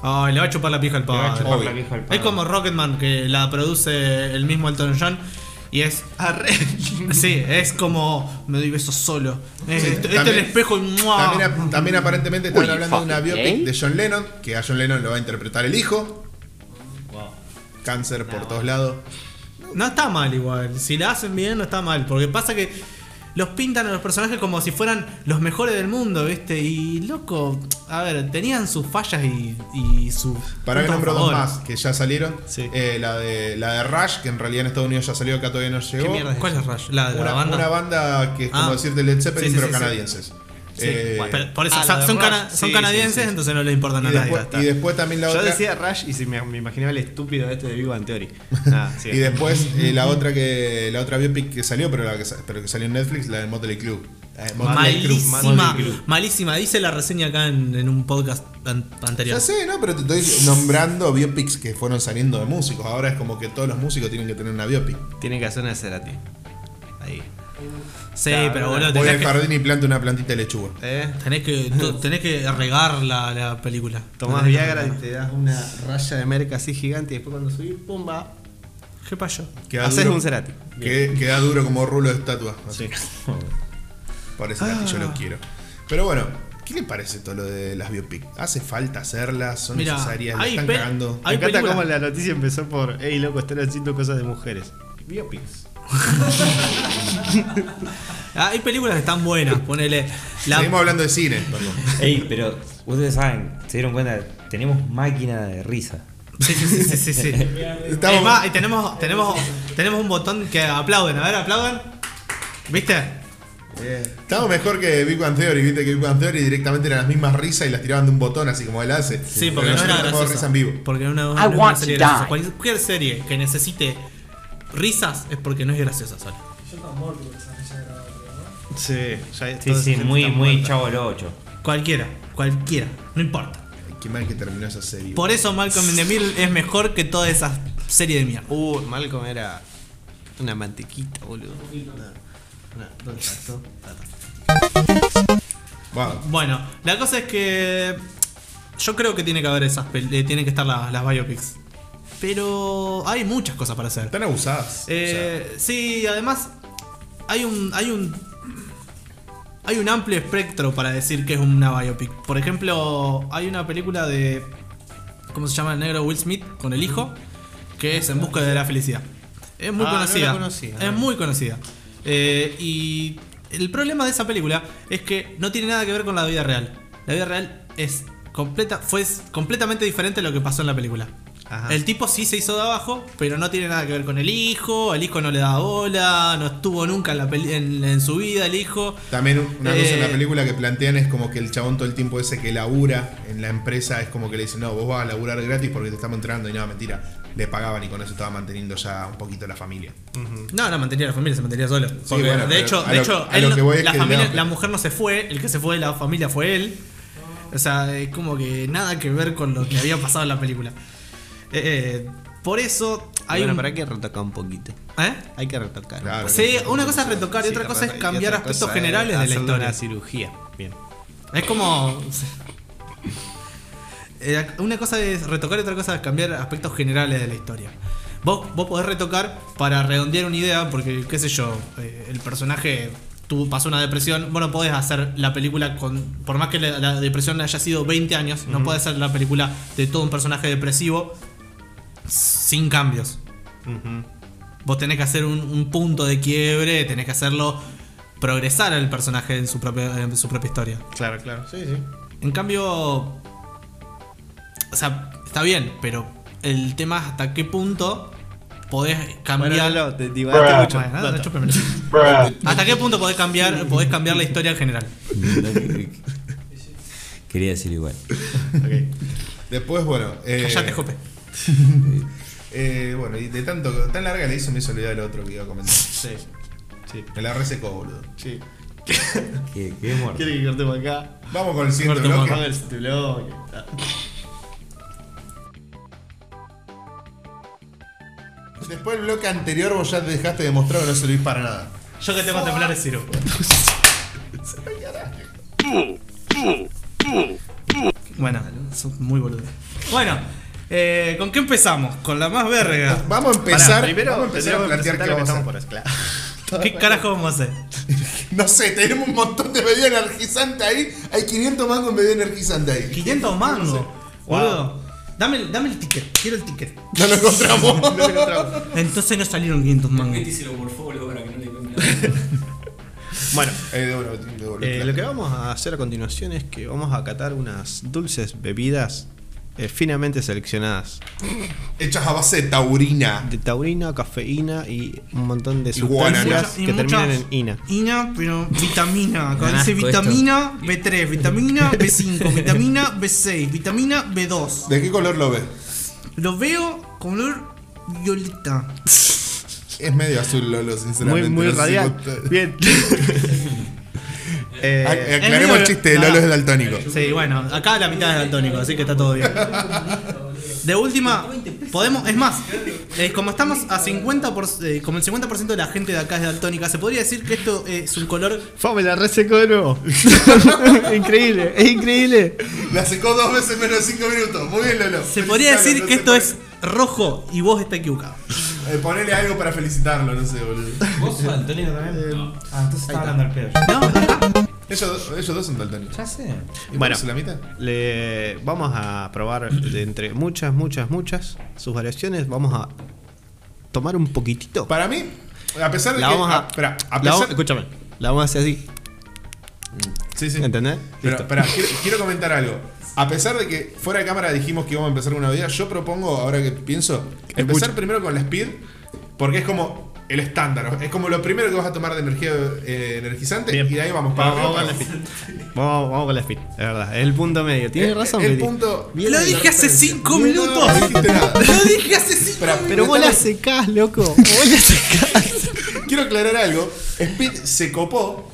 A: Ay, le va a chupar la pija al
E: Le va a
A: padre.
E: chupar
C: obvio.
E: la pija al
A: Es
E: padre.
A: como Rocketman, que la produce el mismo Elton John. Y es. [LAUGHS] Sí, es como. Me doy besos solo. Es,
C: Sí,
A: este- este es
C: también-
A: el espejo y. ¡mua!
C: También, ap- también aparentemente están
B: Uy,
C: hablando de una
B: fucking
C: biopic
B: gay.
C: de John Lennon, que a John Lennon lo va a interpretar el hijo. Cáncer por todos lados.
A: No está mal igual. Si la hacen bien, no está mal. Porque pasa que los pintan a los personajes como si fueran los mejores del mundo, ¿viste? Y loco, a ver, tenían sus fallas y, y sus.
C: Para que
A: puntos a
C: nombro dos
A: favor.
C: más que ya salieron.
D: Sí.
C: Eh, la, de, la de Rush, que en realidad en Estados Unidos ya salió, acá todavía no llegó.
D: ¿Qué mierda
A: ¿Cuál es Rush? La de
C: Una,
A: la banda.
C: una banda que es
A: Ah.
C: como decirte Led Zeppelin,
A: Sí, sí,
C: pero
A: sí, sí.
C: canadienses.
D: Sí,
C: Eh,
D: bueno.
A: Pero por eso,
D: Ah,
A: o sea,
D: la de
A: son,
D: Rush.
A: cana- son
D: Sí,
A: canadienses,
D: sí, sí, sí.
A: entonces no le importan a
C: y,
A: nadie.
C: después,
A: está.
C: y después también la
D: Yo
C: otra.
D: decía Rush y si me, me imaginaba el estúpido este de Vivo en
A: [LAUGHS]
D: Theory. Ah, sí.
C: Y después eh, la otra que la otra biopic que salió, pero, la que, sa- pero que salió en Netflix, la de Motley Crue. Eh, Motley Crue.
A: malísima,
D: Motley Crue.
A: malísima. Dice la reseña acá en, en un podcast an- anterior.
C: Ya sé, ¿no? Pero te estoy nombrando biopics que fueron saliendo de músicos. Ahora es como que todos los músicos tienen que tener una biopic.
D: Tienen que hacer una Cerati. Ahí.
A: Sí,
D: Claro,
A: pero boludo,
C: Voy
A: tenés
C: al
A: que,
C: jardín y planto una plantita de lechuga.
D: ¿Eh?
A: tenés que,
C: [LAUGHS]
A: tú- tenés que regar la, la película.
D: Tomás
A: No tenés que
D: Viagra y
A: regar.
D: te das una raya de merca así gigante y después cuando subís, pumba,
A: ¿Qué pasó?
C: Queda
D: haces
C: duro-
D: un Cerati.
C: que- Queda duro como rulo de estatua. así. Por eso yo
A: Ah.
C: lo quiero. Pero bueno, ¿qué le parece todo lo de las biopic? ¿Hace falta hacerlas? ¿Son
A: Mira,
C: necesarias? ¿La
A: hay
C: están
A: pe-
C: cagando?
A: Hay
D: Me encanta
A: película-
D: cómo la noticia empezó por, hey loco, están haciendo cosas de mujeres. Biopics.
A: Ah, hay películas que están buenas, ponele. La,
C: Seguimos hablando de cine. perdón.
E: Ey, pero ustedes saben, se dieron cuenta, tenemos máquina de risa.
A: sí, sí, sí, sí, sí, sí.
C: [LAUGHS] Estamos-
A: Es más, y tenemos, tenemos, tenemos un botón que aplauden. A ver, aplauden. ¿Viste?
C: Estamos mejor que Big Bang Theory. Viste que Big Bang Theory directamente eran las mismas risas y las tiraban de un botón, así como él hace.
A: Sí,
C: Pero
A: porque no
C: nosotros
A: era
C: tenemos
A: gracioso.
C: risa en vivo.
A: Porque una, una- una serie graciosa. Cualquier serie que necesite risas es porque no es graciosa sola.
G: Yo tan muerto con esa fecha grabada, ¿no?
D: Sí, ya
E: Sí, sí, muy, muy chavo el 8.
A: Cualquiera, cualquiera, no importa.
C: Ay, Qué mal que terminó esa serie.
A: Por eso Malcolm in the Middle es mejor que toda esa serie de mierda.
D: Uh, Malcolm era una mantequita, boludo. No, no, ¿Dónde está esto? Ah, está.
C: Wow.
A: Bueno, la cosa es que yo creo que tiene que haber esas, pel- eh, tienen que estar las, las biopics. Pero hay muchas cosas para hacer.
C: Están abusadas.
A: Eh, sí, además hay un hay un hay un amplio espectro para decir que es una biopic. Por ejemplo, hay una película de. ¿Cómo se llama el negro Will Smith? Con el hijo, que es En Busca de la Felicidad. Es muy
D: Ah, no la
A: conocida.
D: conocía.
A: Es muy conocida. Eh, y el problema de esa película es que no tiene nada que ver con la vida real. La vida real es completa, fue s- completamente diferente a lo que pasó en la película.
D: Ajá.
A: El tipo sí se hizo de abajo, pero no tiene nada que ver con el hijo. El hijo no le da bola, no estuvo nunca en, la peli- en- en su vida el hijo.
C: También una cosa en
A: Eh.
C: la película que plantean es como que el chabón todo el tiempo ese que labura en la empresa es como que le dicen, no, vos vas a laburar gratis porque te estamos entrando y nada, mentira. Le pagaban y con eso estaba manteniendo ya un poquito la familia.
A: No, no mantenía a la familia, se mantenía solo. Porque,
C: bueno,
A: de
C: pero
A: hecho,
C: a
A: de
C: lo-
A: hecho
C: a
A: él
C: lo
A: no-
C: que voy es
A: la,
C: que le
A: familia-
C: da-
A: la mujer no se fue, el que se fue de la familia fue él. O sea, es como que nada que ver con lo que había pasado en la película. Eh, eh, por eso hay
D: bueno,
A: un-
D: pero hay que retocar un poquito.
A: ¿eh?
D: Hay que retocar. un
C: Claro.
D: poquito.
A: Sí, una cosa es retocar y
D: Sí,
A: otra cosa es
D: y
A: cambiar
D: otra
A: aspectos
D: cosa es
A: generales de la
D: eh, hacerle
A: historia.
D: una cirugía. Bien.
A: Es como. Eh, Una cosa es retocar y otra cosa es cambiar aspectos generales de la historia. Vos, vos podés retocar para redondear una idea, porque, qué sé yo, eh, el personaje tuvo, pasó una depresión. Vos no podés hacer la película con. Por más que la, la depresión haya sido 20 años, no podés hacer la película de todo un personaje depresivo sin cambios. Vos tenés que hacer un, un punto de quiebre, tenés que hacerlo progresar al personaje en su propia, en su propia historia.
D: Claro, claro. Sí, sí.
A: En cambio. O sea, está bien, pero el tema es hasta qué punto podés
D: Bueno,
A: cambiar.
D: Lalo, te divagaste mucho.
A: Bueno, nada,
D: Data.
A: chúpeme. ¿Hasta qué punto podés cambiar, podés cambiar la historia en general?
B: [LAUGHS] Quería decir igual.
C: Después, bueno. eh,
A: Callate, Jope.
C: eh, bueno, y de tanto, tan larga le hizo me hizo olvidar el otro que iba a comentar.
D: Sí. Sí.
C: Me la resecó, boludo.
D: Sí.
B: Qué, qué muerto.
D: ¿Quieres que cortemos acá?
C: Vamos con el siguiente
A: Cortemos,
C: bloque.
D: A ver si te bloque. Ah.
C: Después del bloque anterior vos ya te dejaste demostrar que no servís para nada.
A: Yo que tengo a temblar es Ciro. Bueno, son muy boludo. Bueno, eh, ¿con qué empezamos? Con la más verga.
C: Vamos a empezar,
D: Pará, primero
C: vamos a empezar a
D: tenemos que
C: plantear qué
D: presentar lo que
C: vamos a
D: estamos
C: hacer.
D: por hacer. Claro.
A: ¿Qué carajo vamos a hacer?
C: [LAUGHS] No sé, tenemos un montón de bebida energizante ahí. Hay 500 mangos en bebida energizante ahí.
A: 500 mangos, boludo. Dame, el- dame el ticket, quiero el ticket.
C: No lo
D: [LAUGHS]
C: encontramos.
D: No encontramos.
A: Entonces no salieron 500 mangos.
G: Díselo por favor, para que no le cambie la
D: bueno,
C: [LAUGHS] Eh, de uno, de uno,
D: eh,
C: claro.
D: lo que vamos a hacer a continuación es que vamos a catar unas dulces bebidas eh, finamente seleccionadas.
C: Hechas a base de taurina.
D: De taurina, cafeína y un montón de
C: Y guaraná.
D: sustancias
A: Y
D: que
A: muchas-
D: terminan en ina.
A: Ina, pero
D: [LAUGHS]
A: vitamina. Acá
B: Un
A: dice
B: asco
A: vitamina B3, vitamina B5, vitamina B6, vitamina B2.
C: ¿De qué color lo ves?
A: Lo veo color violeta.
C: Es medio azul, Lolo,
D: Muy,
C: sinceramente.
D: muy
C: no sé si
D: radial.
C: vos- [LAUGHS]
D: Bien. Eh,
C: A-
A: Es
C: Aclaremos
A: medio-
C: el chiste, de
A: no,
C: Lolo
A: no.
C: es daltónico.
D: [LAUGHS]
A: Sí, bueno, acá la mitad es daltónico, así que está todo bien. De última, podemos, es más, eh, como estamos a 50%, por, eh, como el 50% de la gente de acá es daltónica, se podría decir que esto eh, es un color
D: Fome, la resecó de
C: [LAUGHS]
D: nuevo. increíble, es increíble.
C: La secó dos veces en menos de 5 minutos. Muy bien, Lolo.
A: Se podría
C: Felicitalo,
A: decir
C: no
A: que
C: sé
A: esto
C: por-
A: es rojo y vos está equivocado.
C: Eh, ponele algo para felicitarlo, no sé, boludo.
E: ¿Vos sos daltónico también?
C: Eh,
E: Ah, entonces estaba hablando al pedo.
A: No,
C: Ellos, ellos dos son daltónicos.
E: Ya sé.
C: ¿Y
D: Bueno.
C: vos la mitad?
D: Le vamos a probar de entre muchas, muchas, muchas sus variaciones. Vamos a tomar un poquitito.
C: Para mí, a pesar de
D: La
C: que.
D: vamos a.
C: espera, a
D: la vamos-
C: pesar.
D: escúchame. La vamos a hacer así.
C: sí, sí.
D: ¿Entendés?
C: Pero,
D: Listo.
C: espera, quiero, quiero comentar algo. A pesar de que fuera de cámara dijimos que íbamos a empezar con una bebida, yo propongo, ahora que pienso, empezar primero con la Speed, porque es como el estándar. Es como lo primero que vas a tomar de energía eh, energizante
D: Bien.
C: y de ahí vamos para
D: Vamos, vamos con la [LAUGHS]
C: arriba. Eh,
D: speed. Vamos, vamos con la speed, es verdad. Es el punto medio. Tienes
C: El-
D: razón,
C: el,
D: Freddy.
C: punto.
A: lo dije hace 5 minutos.
C: No, no dijiste nada.
A: [LAUGHS]
D: [LAUGHS]
A: Lo dije hace 5
C: Espera,
D: Pero vos la secás, loco. Vos la secás.
C: Quiero aclarar algo. Speed se copó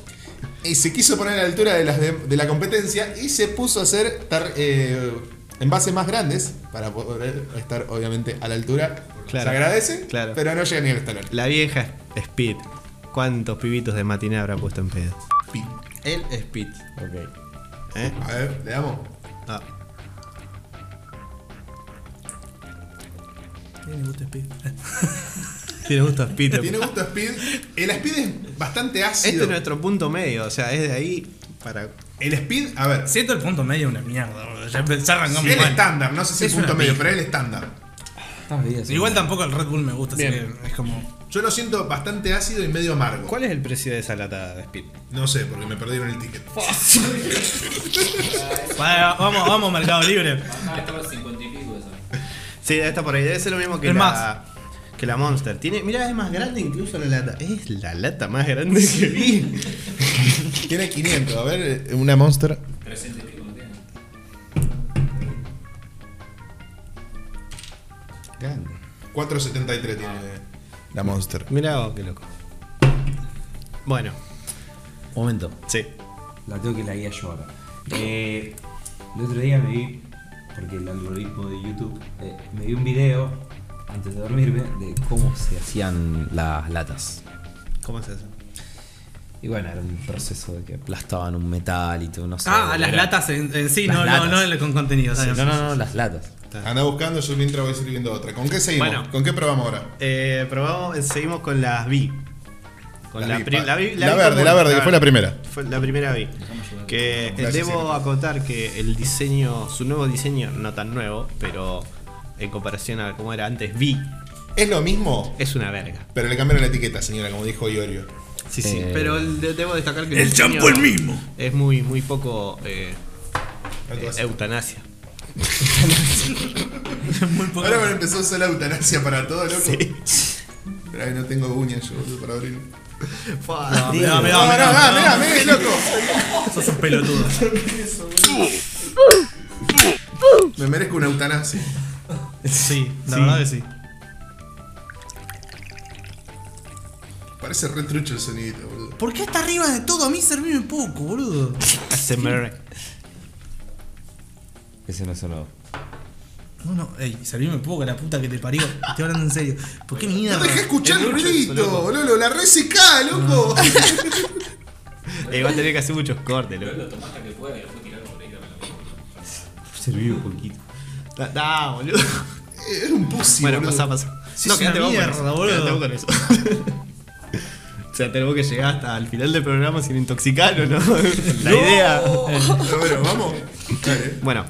C: y se quiso poner a la altura de, las de, de la competencia y se puso a hacer tar- eh, envases más grandes para poder estar obviamente a la altura.
D: Claro.
C: Se agradece,
D: Claro.
C: pero no llega ni al estándar.
D: La vieja Speed. ¿Cuántos pibitos de matiné habrá puesto en pedo? El Speed.
B: Ok.
D: ¿Eh?
C: A ver, le damos.
D: Ah, [LAUGHS]
A: Tiene gusto a Peter.
C: Tiene gusto a Speed. El Speed es bastante ácido.
D: Este es nuestro punto medio, o sea, es de ahí para.
C: El Speed, a ver,
A: Siento el punto medio una mierda, boludo. Ya empe- ya arrancamos
C: el
A: mal.
C: estándar, no sé si
A: Es
C: el punto
A: una
C: medio,
A: pija.
C: pero es el estándar.
E: Estás bien, sí.
A: Igual tampoco el Red Bull me gusta, así que es como.
C: Yo lo siento bastante ácido y medio amargo.
D: ¿Cuál es el precio de esa lata de Speed?
C: No sé, porque me perdieron el ticket.
A: Para, vamos, vamos, Mercado Libre.
B: Ah, estaba 50 y pico eso.
D: Sí, está por ahí, debe ser lo mismo que
A: Es
D: la.
A: más.
D: Que la Monster. Tiene, mira, es más grande incluso la lata. Es la lata más grande que vi.
C: Tiene 500, a ver, eh, una Monster.
B: 300 y pico no tiene.
D: Grande.
C: 473 tiene la Monster.
D: Mirá vos, qué loco. Bueno,
E: Momento.
D: sí.
E: La tengo que la guía yo ahora. Eh, el otro día me vi, porque el algoritmo de YouTube, eh, me vi un video antes de dormirme de cómo se hacían las latas.
D: ¿Cómo es eso?
E: Y bueno, era un proceso de que aplastaban un metal y todo, no sé.
A: Ah, las
E: era-
A: latas en, en sí,
E: Las
A: no,
E: latas.
A: no, no el- con contenido.
E: Sí,
A: ¿sabes?
E: no, no, no, las latas.
C: Ah. Anda buscando, yo mientras voy a ir viendo otra. ¿Con qué seguimos?
D: Bueno.
C: ¿Con qué probamos ahora?
D: Eh, probamos, eh, seguimos con las B. Con la,
C: vi-
D: pri-
C: pa-
D: la vi-
C: la
D: vi
C: verde,
D: común.
C: la verde, que fue la primera.
D: Fue la primera vi. Que eh,
C: Gracias,
D: debo
C: Erika.
D: acotar que el diseño, su nuevo diseño, no tan nuevo, pero en comparación a cómo era antes, vi,
C: Es lo mismo,
D: es una verga.
C: pero le cambiaron la etiqueta, señora, como dijo Iorio.
D: Sí, sí.
E: Eh.
D: Pero el- de- debo destacar que
A: El
D: diseño
A: champú el mismo.
D: Es muy, muy poco eh,
C: No te
D: eh,
C: vas a-
D: eutanasia.
A: Muy poco.
C: Ahora bueno, empezó a usar la eutanasia para todo, loco.
D: Sí.
C: Pero ahí no tengo uñas yo, boludo, para abrir.
A: No, Ah, mirá, mirá,
C: No, no,
A: mirá,
C: no, mirá,
A: mirá,
C: mirá, loco.
A: Sos un [LAUGHS] pelotudo.
C: Me merezco una eutanasia.
A: Sí, la verdad que sí.
C: Parece re trucho el sonidito, boludo.
A: ¿Por qué está arriba de todo? A mí servime poco, boludo.
D: ASMR.
E: Ese no es nuevo.
A: No, no, ey, servime poco, la puta que te parió. Estoy hablando en serio. ¿Por qué
C: No
A: mierda?
C: dejé escuchar el ruidito, boludo. La re secá, loco. [LAUGHS]
D: Eh, va a tener que hacer muchos cortes, loco.
E: Serví un poquito.
D: Da, da, boludo.
C: Es Eh, un
D: [LAUGHS]
C: pussy,
D: bueno,
C: boludo.
D: pasá, pasá.
A: Sí, es una mierda, boludo.
D: quedate vos con eso. [LAUGHS] O sea, tenemos que llegar hasta el final del programa sin intoxicarnos, ¿no? [LAUGHS] La idea.
C: Pero bueno, vamos. Dale.
D: Bueno,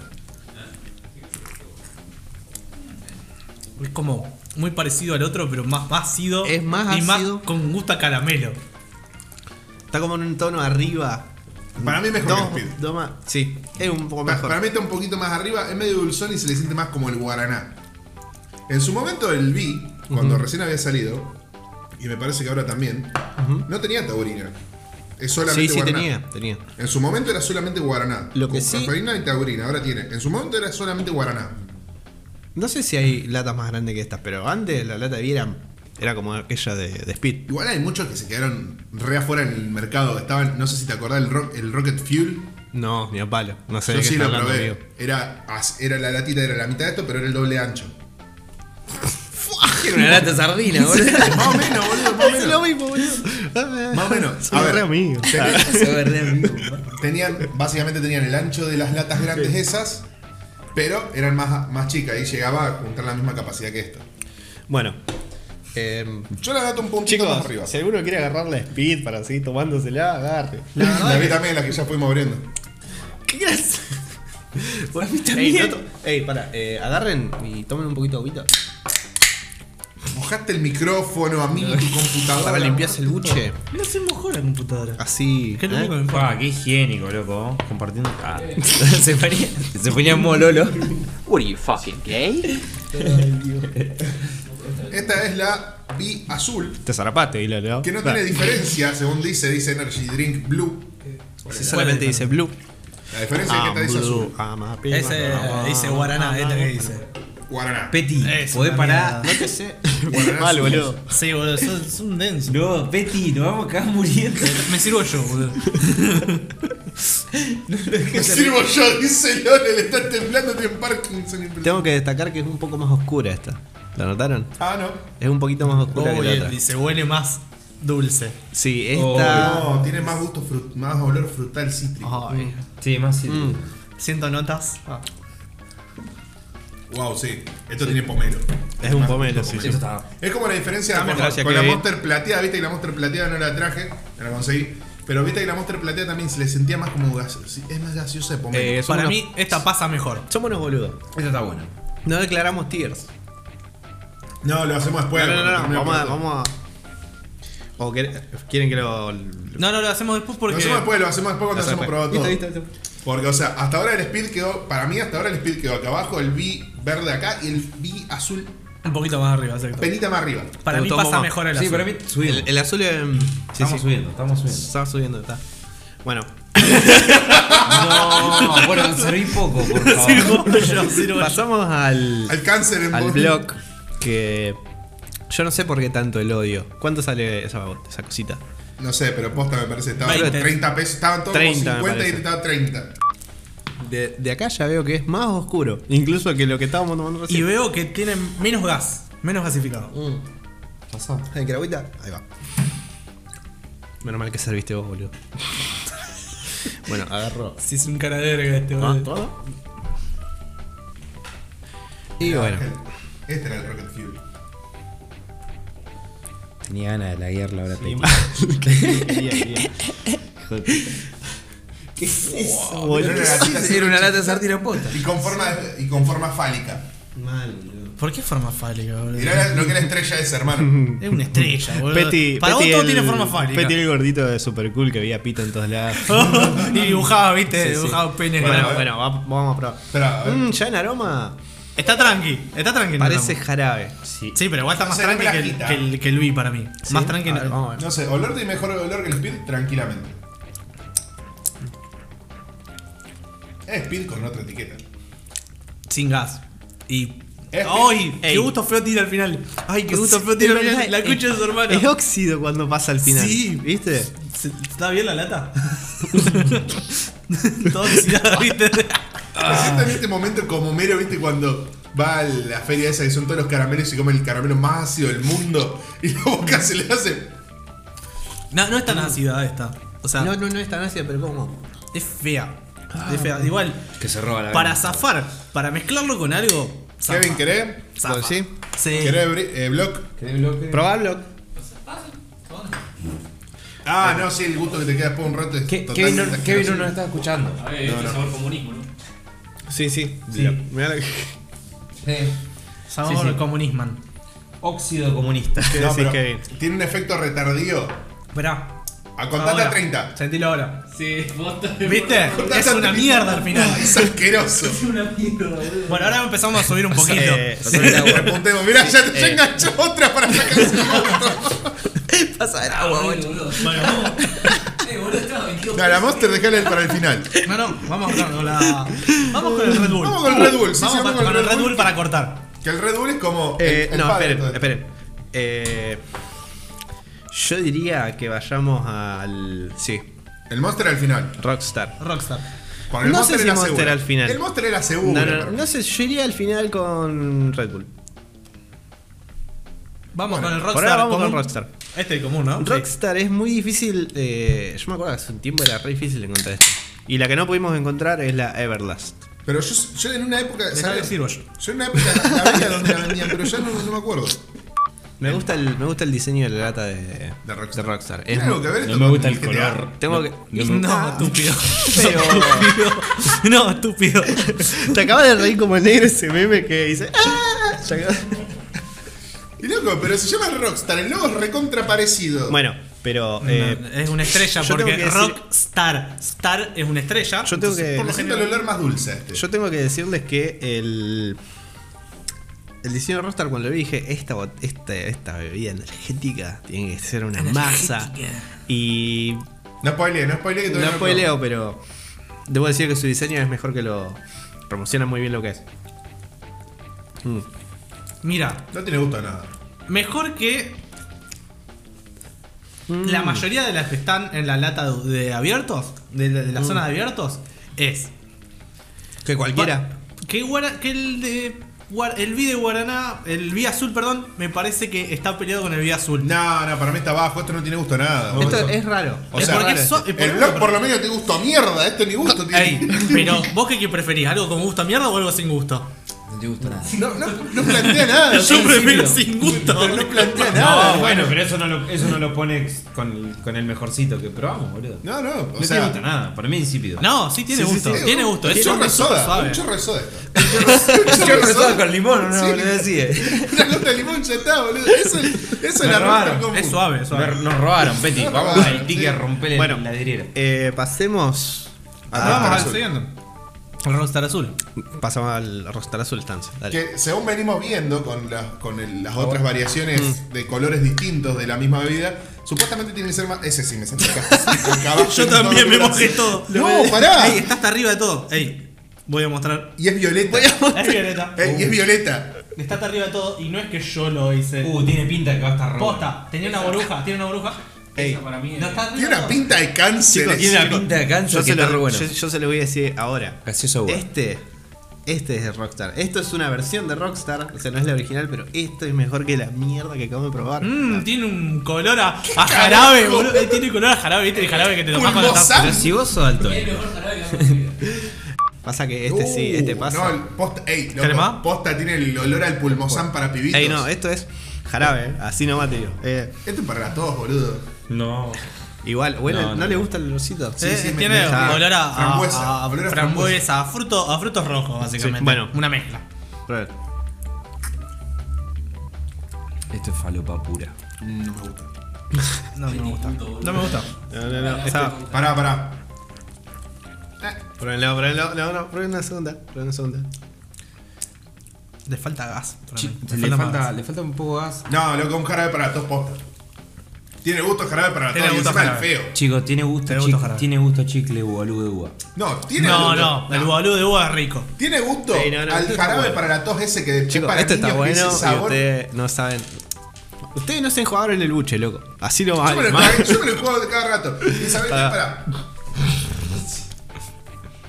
A: Es como muy parecido al otro, pero más ácido.
D: Es más
A: y
D: ácido.
A: más con gusto a caramelo.
D: está como en un tono arriba.
C: Para mí mejor
D: Dos-
C: que el Speed.
D: dos más- Sí, es un poco
C: Pa-
D: mejor.
C: Para mí está un poquito más arriba, es medio dulzón y se le siente más como el guaraná. En su momento el B, cuando recién había salido, y me parece que ahora también, no tenía taurina. Es solamente
D: sí, sí,
C: guaraná.
D: tenía, tenía.
C: En su momento era solamente guaraná.
D: Lo que
C: con
D: sí-
C: cafeína y taurina, ahora tiene. En su momento era solamente guaraná.
D: No sé si hay latas más grandes que estas, pero antes la lata de Viera era como aquella de, de Speed.
C: Igual hay muchos que se quedaron re afuera en el mercado. Estaban, no sé si te acordás, el, Rock- el Rocket Fuel.
D: No, ni a palo. No sé de
C: Yo
D: qué
C: sí
D: está
C: lo
D: hablando,
C: probé.
D: amigo.
C: Era, as- era la latita, era la mitad de esto, pero era el doble ancho.
B: Tiene una lata sardina, boludo.
C: [LAUGHS] más o menos, boludo, más o [LAUGHS] menos.
D: mismo, boludo.
C: [LAUGHS] Más
D: [LAUGHS]
C: o menos.
D: Soy
C: A ver,
D: re amigo.
C: tenés-
B: Se ve re amigo, pa.
C: Tenían, básicamente tenían el ancho de las latas grandes esas, pero eran más, más chicas y llegaba a juntar la misma capacidad que esta.
D: [LAUGHS] Bueno. em,
C: Yo la noto un puntito más arriba.
D: Chicos, si alguno quiere agarrar la speed para seguir tomándosela, agarre.
C: La, vi [LAUGHS] también, la que ya fuimos abriendo.
D: ¿Qué querés? Ey, no to- ey, pará, eh, agarren y tomen un poquito de agüita.
C: Mojaste el micrófono, a mí, [LAUGHS] tu computadora.
D: Ahora limpias el buche.
A: No se mojó la computadora.
D: Así.
A: ¿Qué es lo
D: ¿eh?
A: único que me importa?
E: Ah, qué higiénico, loco. Compartiendo. Ah.
B: Se ponía, se ponía en modo Lolo. What are you fucking gay?
C: Esta es la B azul,
D: Te zarapaste, dile, Leo.
C: que no tiene diferencia, según dice, dice Energy Drink Blue.
D: Si solamente dice blue.
C: La diferencia
D: Ah,
C: es que esta dice azul.
A: Ese eh,
E: Ah,
A: dice Guaraná, esta que dice.
C: Guaraná.
E: Peti,
A: Es
E: ¿podés
A: una
E: parar?
A: mierda.
D: No te sé.
C: Guaraná
D: Mal,
C: azul.
D: boludo.
A: Sí, boludo, sos, sos un denso.
E: No, Peti, nos vamos a quedar muriendo.
A: Me sirvo yo,
D: [LAUGHS]
A: boludo.
C: [LAUGHS] Me sirvo yo, dice Lore, le está temblando, tiene Parkinson.
D: Tengo que destacar que es un poco más oscura esta. ¿La notaron?
C: Ah, no.
D: Es un poquito más oscura que
A: Oye,
D: la otra.
A: dice, huele más dulce.
D: Sí, esta.
C: No, tiene más gusto, frut- más olor frutal cítrico.
D: Ay.
E: Sí, más
D: Mm.
A: Siento notas.
C: Wow, sí. Esto tiene pomelo.
D: Es un
C: Más-
D: pomelo, sí. sí.
E: Esto está.
C: Es como la diferencia
D: Está
C: con,
D: mejor, ya
C: con la
D: que-
C: Monster plateada, viste que la Monster plateada no la traje, no la conseguí. Pero viste que la Monster plateada también se le sentía más como gas, sí, es más gaseosa de pomelo.
D: Eh, son
A: Para
D: unos-
A: mí, esta pasa mejor.
D: Son buenos boludos.
C: Esa está buena.
D: No declaramos tiers.
C: No, lo hacemos después.
D: no, no, no,
C: cuando
D: no, Vamos a,
C: termine el
D: vamos a. O quer- quieren que lo.
A: No, no, lo hacemos después porque.
C: Lo hacemos después, lo hacemos después cuando hacemos probado todo.
D: Listo, listo, listo.
C: Porque, o sea, hasta ahora el speed quedó, para mí hasta ahora el speed quedó acá abajo, el B verde acá y el B azul
A: Un poquito más arriba, exacto.
C: penita más arriba.
A: Para
D: Te
A: mí
D: gustó
A: pasa
D: más.
A: mejor el
E: Sí,
A: azul.
E: para mí subimos.
D: El, el azul es. mm, Sí,
E: estamos
D: sí.
E: subiendo, estamos subiendo.
D: Está subiendo, está. Bueno,
E: [LAUGHS] No, bueno, serví poco, por favor.
D: pasamos al.
C: Al cáncer en
D: al
C: vos-
D: blog que yo no sé por qué tanto el odio. ¿Cuánto sale esa, esa cosita?
C: No sé, pero posta me parece, estaba
A: 20.
C: 30 pesos, estaban todos
D: 30 me
C: 50 y
D: parece.
C: estaba 30.
D: De, de acá ya veo que es más oscuro, incluso que lo que estábamos tomando
A: Y
D: recién.
A: veo que tiene menos gas, menos gasificado.
D: Mm.
E: Pasó.
D: ¿En Ahí va. Menos mal que serviste vos, [LAUGHS] boludo. bueno, agarro.
A: Si es un cara de verga
D: Ah,
A: este, boludo.
D: [LAUGHS] ¿Todo? Y bueno,
C: Este era el Rocket Fuel.
E: Tenía ganas de la guerra, ahora te
D: ¿Qué es eso,
C: Era una gatita así,
E: una lata de sardina posta.
C: Y con forma, y con forma fálica.
D: Mal, boludo.
A: ¿Por qué forma fálica, boludo?
C: Mirá lo que era estrella esa, hermano.
A: Es una estrella, boludo.
D: Petty,
A: para
D: Petty
A: vos todo
D: el-
A: tiene forma fálica.
D: Petty el gordito de Super Cool que veía pito en todos lados.
A: [LAUGHS] y dibujaba, viste,
D: Sí, sí.
A: dibujaba
D: [LAUGHS]
A: penes
D: Bueno,
A: grandes.
D: bueno, va- vamos a probar.
C: Pero, a ver.
D: Mm, ya en aroma
A: Está tranqui, está tranqui. en el
D: parece
A: ramo.
D: jarabe.
A: Sí, pero igual está más
C: Será
A: tranqui que el,
C: plajita.
A: que, el, que el Wii para mí. Más tranqui.
D: A ver, Ah, vamos a ver.
C: No sé, olor de mejor olor que el Speed, tranquilamente. Es Speed con otra etiqueta.
A: Sin gas. Y.
C: Es-
A: ¡Ay! ¡Qué
D: Ey.
A: gusto feo tira al final! ¡Ay, qué gusto feo tira al final! La cucha de su hermano.
D: Es óxido cuando pasa al final.
A: Sí.
D: ¿Viste?
A: ¿Se- ¿Está bien la lata? Todo oxidado, viste.
C: Me siento en este momento como mero, viste, cuando va a la feria esa que son todos los caramelos y come el caramelo más ácido del mundo y la boca se le hace.
A: No, no es tan ácida esta. O sea,
D: no, no es tan ácido, pero ¿cómo?
A: es fea. es fea. Igual,
E: Que se roba la
A: para
E: verga.
A: zafar, para mezclarlo con algo. zafa.
C: Kevin, ¿querés?
A: Zafa.
D: ¿Lo decís?
A: Sí.
C: ¿Querés bri- eh, block?
E: ¿Querés bloque?
D: Probablo. Eh.
C: Ah, no, sí, el gusto que te queda después de un rato es
E: Ke- Kevin,
C: totalmente
E: no, Kevin no
C: asqueroso.
E: nos está escuchando.
G: A ver, este sabor comunismo, ¿no?
D: Sí, sí.
E: Sí.
D: La- mirá la-
E: Eh,
A: Sabor
E: Sí, sí.
A: comunisman.
E: óxido comunista.
D: ¿Qué
C: No,
D: decís,
C: pero
D: Kevin?
C: Tiene un efecto retardío.
A: Verá.
C: A contate a
A: Ahora.
C: 30.
A: Sentilo ahora.
G: Sí, posta.
A: ¿Viste?
C: Contate
A: Es
C: a
A: una
C: 30.
A: mierda al
C: No,
A: final.
C: [LAUGHS] es asqueroso.
G: una mierda, boludo.
A: Bueno, ahora empezamos a
E: [LAUGHS]
A: subir un poquito.
D: Eh,
C: Repuntemos. Mirá, ya, ya enganchó otra para sacarse el gusto.
D: Pasa el
G: Agua, boludo. Bueno, vamos. Eh, boludo, estaba 22
C: No, la Monster dejala para el final.
A: No, no, vamos con la. Vamos con el Red Bull.
C: Vamos con el Red Bull. Sí,
A: Vamos
C: sí,
A: pa- con el Red Bull para cortar.
C: Que el Red Bull es como.
D: [LAUGHS]
C: el-
D: Eh,
C: el
D: no,
C: padre,
D: esperen,
C: entonces.
D: esperen. Eh, yo diría que vayamos al. Sí,
C: El Monster al final.
D: Rockstar.
A: Rockstar.
C: Porque el
D: No
C: Monster
D: sé si
C: era
D: Monster
C: seguro.
D: al final.
C: El Monster era seguro.
D: No, no, no sé, yo iría al final con Red Bull.
A: Vamos con el Rockstar.
D: Por ahora vamos
A: común.
D: con Rockstar.
A: Este es común, ¿no?
D: Rockstar es muy difícil. eh, yo me acuerdo que hace un tiempo era re difícil encontrar esto. Y la que no pudimos encontrar es la Everlast.
C: Pero yo, yo en una época.
A: Dejá de decir, Goyo.
C: Yo en una época la veía donde la vendían, pero ya no, no me acuerdo.
D: Me gusta el, me gusta el diseño de la lata de,
C: De Rockstar.
D: Es
C: Tiene algo
D: muy-
C: que ver esto
B: No me
C: con
B: gusta el
C: GTA.
B: color.
D: Tengo que.
A: Sí. No,
D: [LAUGHS]
A: [LAUGHS] estúpido.
D: Pero-
A: [LAUGHS] No, estúpido.
D: Te acabas de reír como el negro ese meme que dice. "Ah". Te acabas-
C: Y loco, pero se llama Rockstar. El logo es recontra parecido.
D: Bueno, pero. eh,
A: No, es una estrella
D: yo
A: porque
D: tengo que decir-
A: Rockstar. Star es una estrella.
D: Yo tengo
A: entonces,
D: que-
A: Por
C: Me
A: lo
C: siento
A: general,
C: el olor más dulce a este.
D: Yo tengo que decirles que el. El diseño de Rockstar, cuando lo vi, dije: esta, bot- esta, esta bebida energética tiene que ser una masa. Y.
C: No spoileé, no spoileé que todavía
D: No
C: lo
D: spoileo, pero. Debo decir que su diseño es mejor que lo. Promociona muy bien lo que es. Mm.
A: Mira,
C: probé. No tiene gusto a nada.
A: mejor que.
D: Mm.
A: La mayoría de las que están en la lata de, de abiertos, de, la-
D: Mm.
A: de la zona de abiertos, es.
D: Que cualquiera.
A: Que, Guara- que el de. Guar- El vi de Guaraná, el vi azul, perdón, me parece que está peleado con el vi azul.
C: No, no, para mí está abajo. Esto no tiene gusto a nada.
D: Esto es raro.
C: O
A: Es
C: sea,
A: porque
C: raro
A: es so-
C: este.
A: es por-
C: el blog por lo menos tiene [LAUGHS] gusto a mierda. Esto este ni gusto tiene.
A: Ey, pero vos qué, qué preferís, algo con gusto a mierda o algo sin gusto?
B: te gusta nada.
C: No, no, no plantea nada.
A: Yo prefiero sin gusto.
C: Pero no plantea nada.
F: No, bueno, pero eso no lo, eso no lo pone ex- con, con el mejorcito que probamos, boludo. No,
C: No, no, o
F: te
C: sea.
F: gusta nada, para mí es insípido.
A: No, sí tiene
C: sí, sí,
A: gusto.
C: sí,
A: tiene
C: un-
A: gusto.
C: Un
A: Es
C: chorro de soda.
A: suave.
C: Un chorro de soda esto. Un
B: Yo rezaba con limón, no,
C: Sí.
B: boludo, eh. así
C: [LAUGHS]
B: es.
C: Una gota de limón ya está, boludo. Eso, es- eso es la
F: robaron.
C: ruta común.
A: Es suave, es suave.
F: Nos, nos robaron, Betty.
C: Nos
E: Ah,
F: Vamos
C: robaron,
F: al ticket a
C: sí.
F: romper
D: Bueno.
F: la vidriera.
D: Eh, pasemos.
C: Ah,
D: Rockstar
C: vamos al
D: Azul.
A: siguiente. El Rockstar Azul.
D: Pasamos al Rostar Azul Dance. Dale.
C: Que según venimos viendo con, la- con el- las otras variaciones de colores distintos de la misma bebida, supuestamente tiene que ser más. Ese sí, me sentí
A: [LAUGHS]
C: acá. Acababa
A: Yo
C: en
A: también
C: todo
A: me
C: el brazo.
A: mojé todo.
C: No, pará.
A: Ey, está hasta arriba de todo. Ey, voy a mostrar.
C: Y es violeta.
A: Es violeta.
C: Eh, y es violeta.
A: Está hasta arriba de todo y no es que yo lo hice.
F: Uh, tiene pinta que va a estar rojo.
A: Posta, tenía una burbuja, tiene una burbuja.
D: Ey,
G: Para mí
A: No está arriba.
C: Tiene una
A: todo.
C: pinta de cáncer.
D: Chicos,
B: Tiene una pinta de
D: yo,
B: cáncer que
D: se
B: está re
D: lo,
B: bueno.
D: yo, yo se lo voy a decir ahora.
B: Gaseoso agua.
D: Este. Este es de Rockstar. Esto es una versión de Rockstar. O sea, no es la original, pero esto es mejor que la mierda que acabo de probar.
A: Mmm, tiene un color a, a
C: carajo?
A: jarabe, boludo. Eh, Tiene color a jarabe, viste el jarabe que te tomás cuando estás.
C: Pulmosal.
D: Pero si vos sos alto.
G: Es el mejor salario que hemos tenido.
D: [LAUGHS] Pasa que este sí,
C: Uh,
D: este pasa.
C: No, el posta, ey, loco,
A: ¿Crema?
C: posta tiene el olor al pulmosán para pibitos.
D: Ey, no, eh. esto es jarabe, eh. así nomás te digo. Eh,
C: Esto es para todos, boludo.
F: No.
D: igual, bueno,
F: No,
D: ¿no,
F: no.
D: le gusta el olorcito?
A: Eh,
C: sí, me-
A: tiene
C: me-
A: un color a, a-
C: Frambuesa,
A: a
C: olor a
A: frambuesa, a, fruto, a frutos rojos, básicamente.
D: Sí, bueno.
A: una mezcla.
D: A ver.
B: Esto es falopa pura.
C: No me gusta.
A: No, no me gusta. No me gusta.
D: No, no,
C: Este
D: no. O sea,
C: Pará, pará.
D: pruébenlo, pruébenlo. No, no, prueben una segunda. Prueben una segunda.
C: Este
A: Le falta gas. para mí.
F: Le
A: más
F: falta,
A: gas.
F: le falta un poco de gas.
C: No, loco, un jarabe para todos posta. Tiene gusto jarabe para
A: Tiene
C: todos. Y
A: gusto
C: encima el
A: jarabe.
C: feo.
B: Chicos, tiene gusto,
A: Tiene gusto
B: chicle,
A: jarabe.
B: tiene gusto chicle ubalú de uva.
C: No, tiene
A: No,
C: gusto.
A: no, el boludo de uva es rico.
C: Tiene gusto
D: Ey, no, no,
C: al
D: esto está
C: jarabe
D: bueno.
C: para la tos ese que es
D: Chicos,
C: para
D: esto está
C: niños, que
D: bueno
C: ese
D: y
C: sabor.
D: ustedes no saben. Ustedes no se han jugado en el buche, loco. Así no
C: Yo me,
D: vale.
C: lo, yo me lo juego de cada rato. Y sabés,
D: Pará.
C: pará.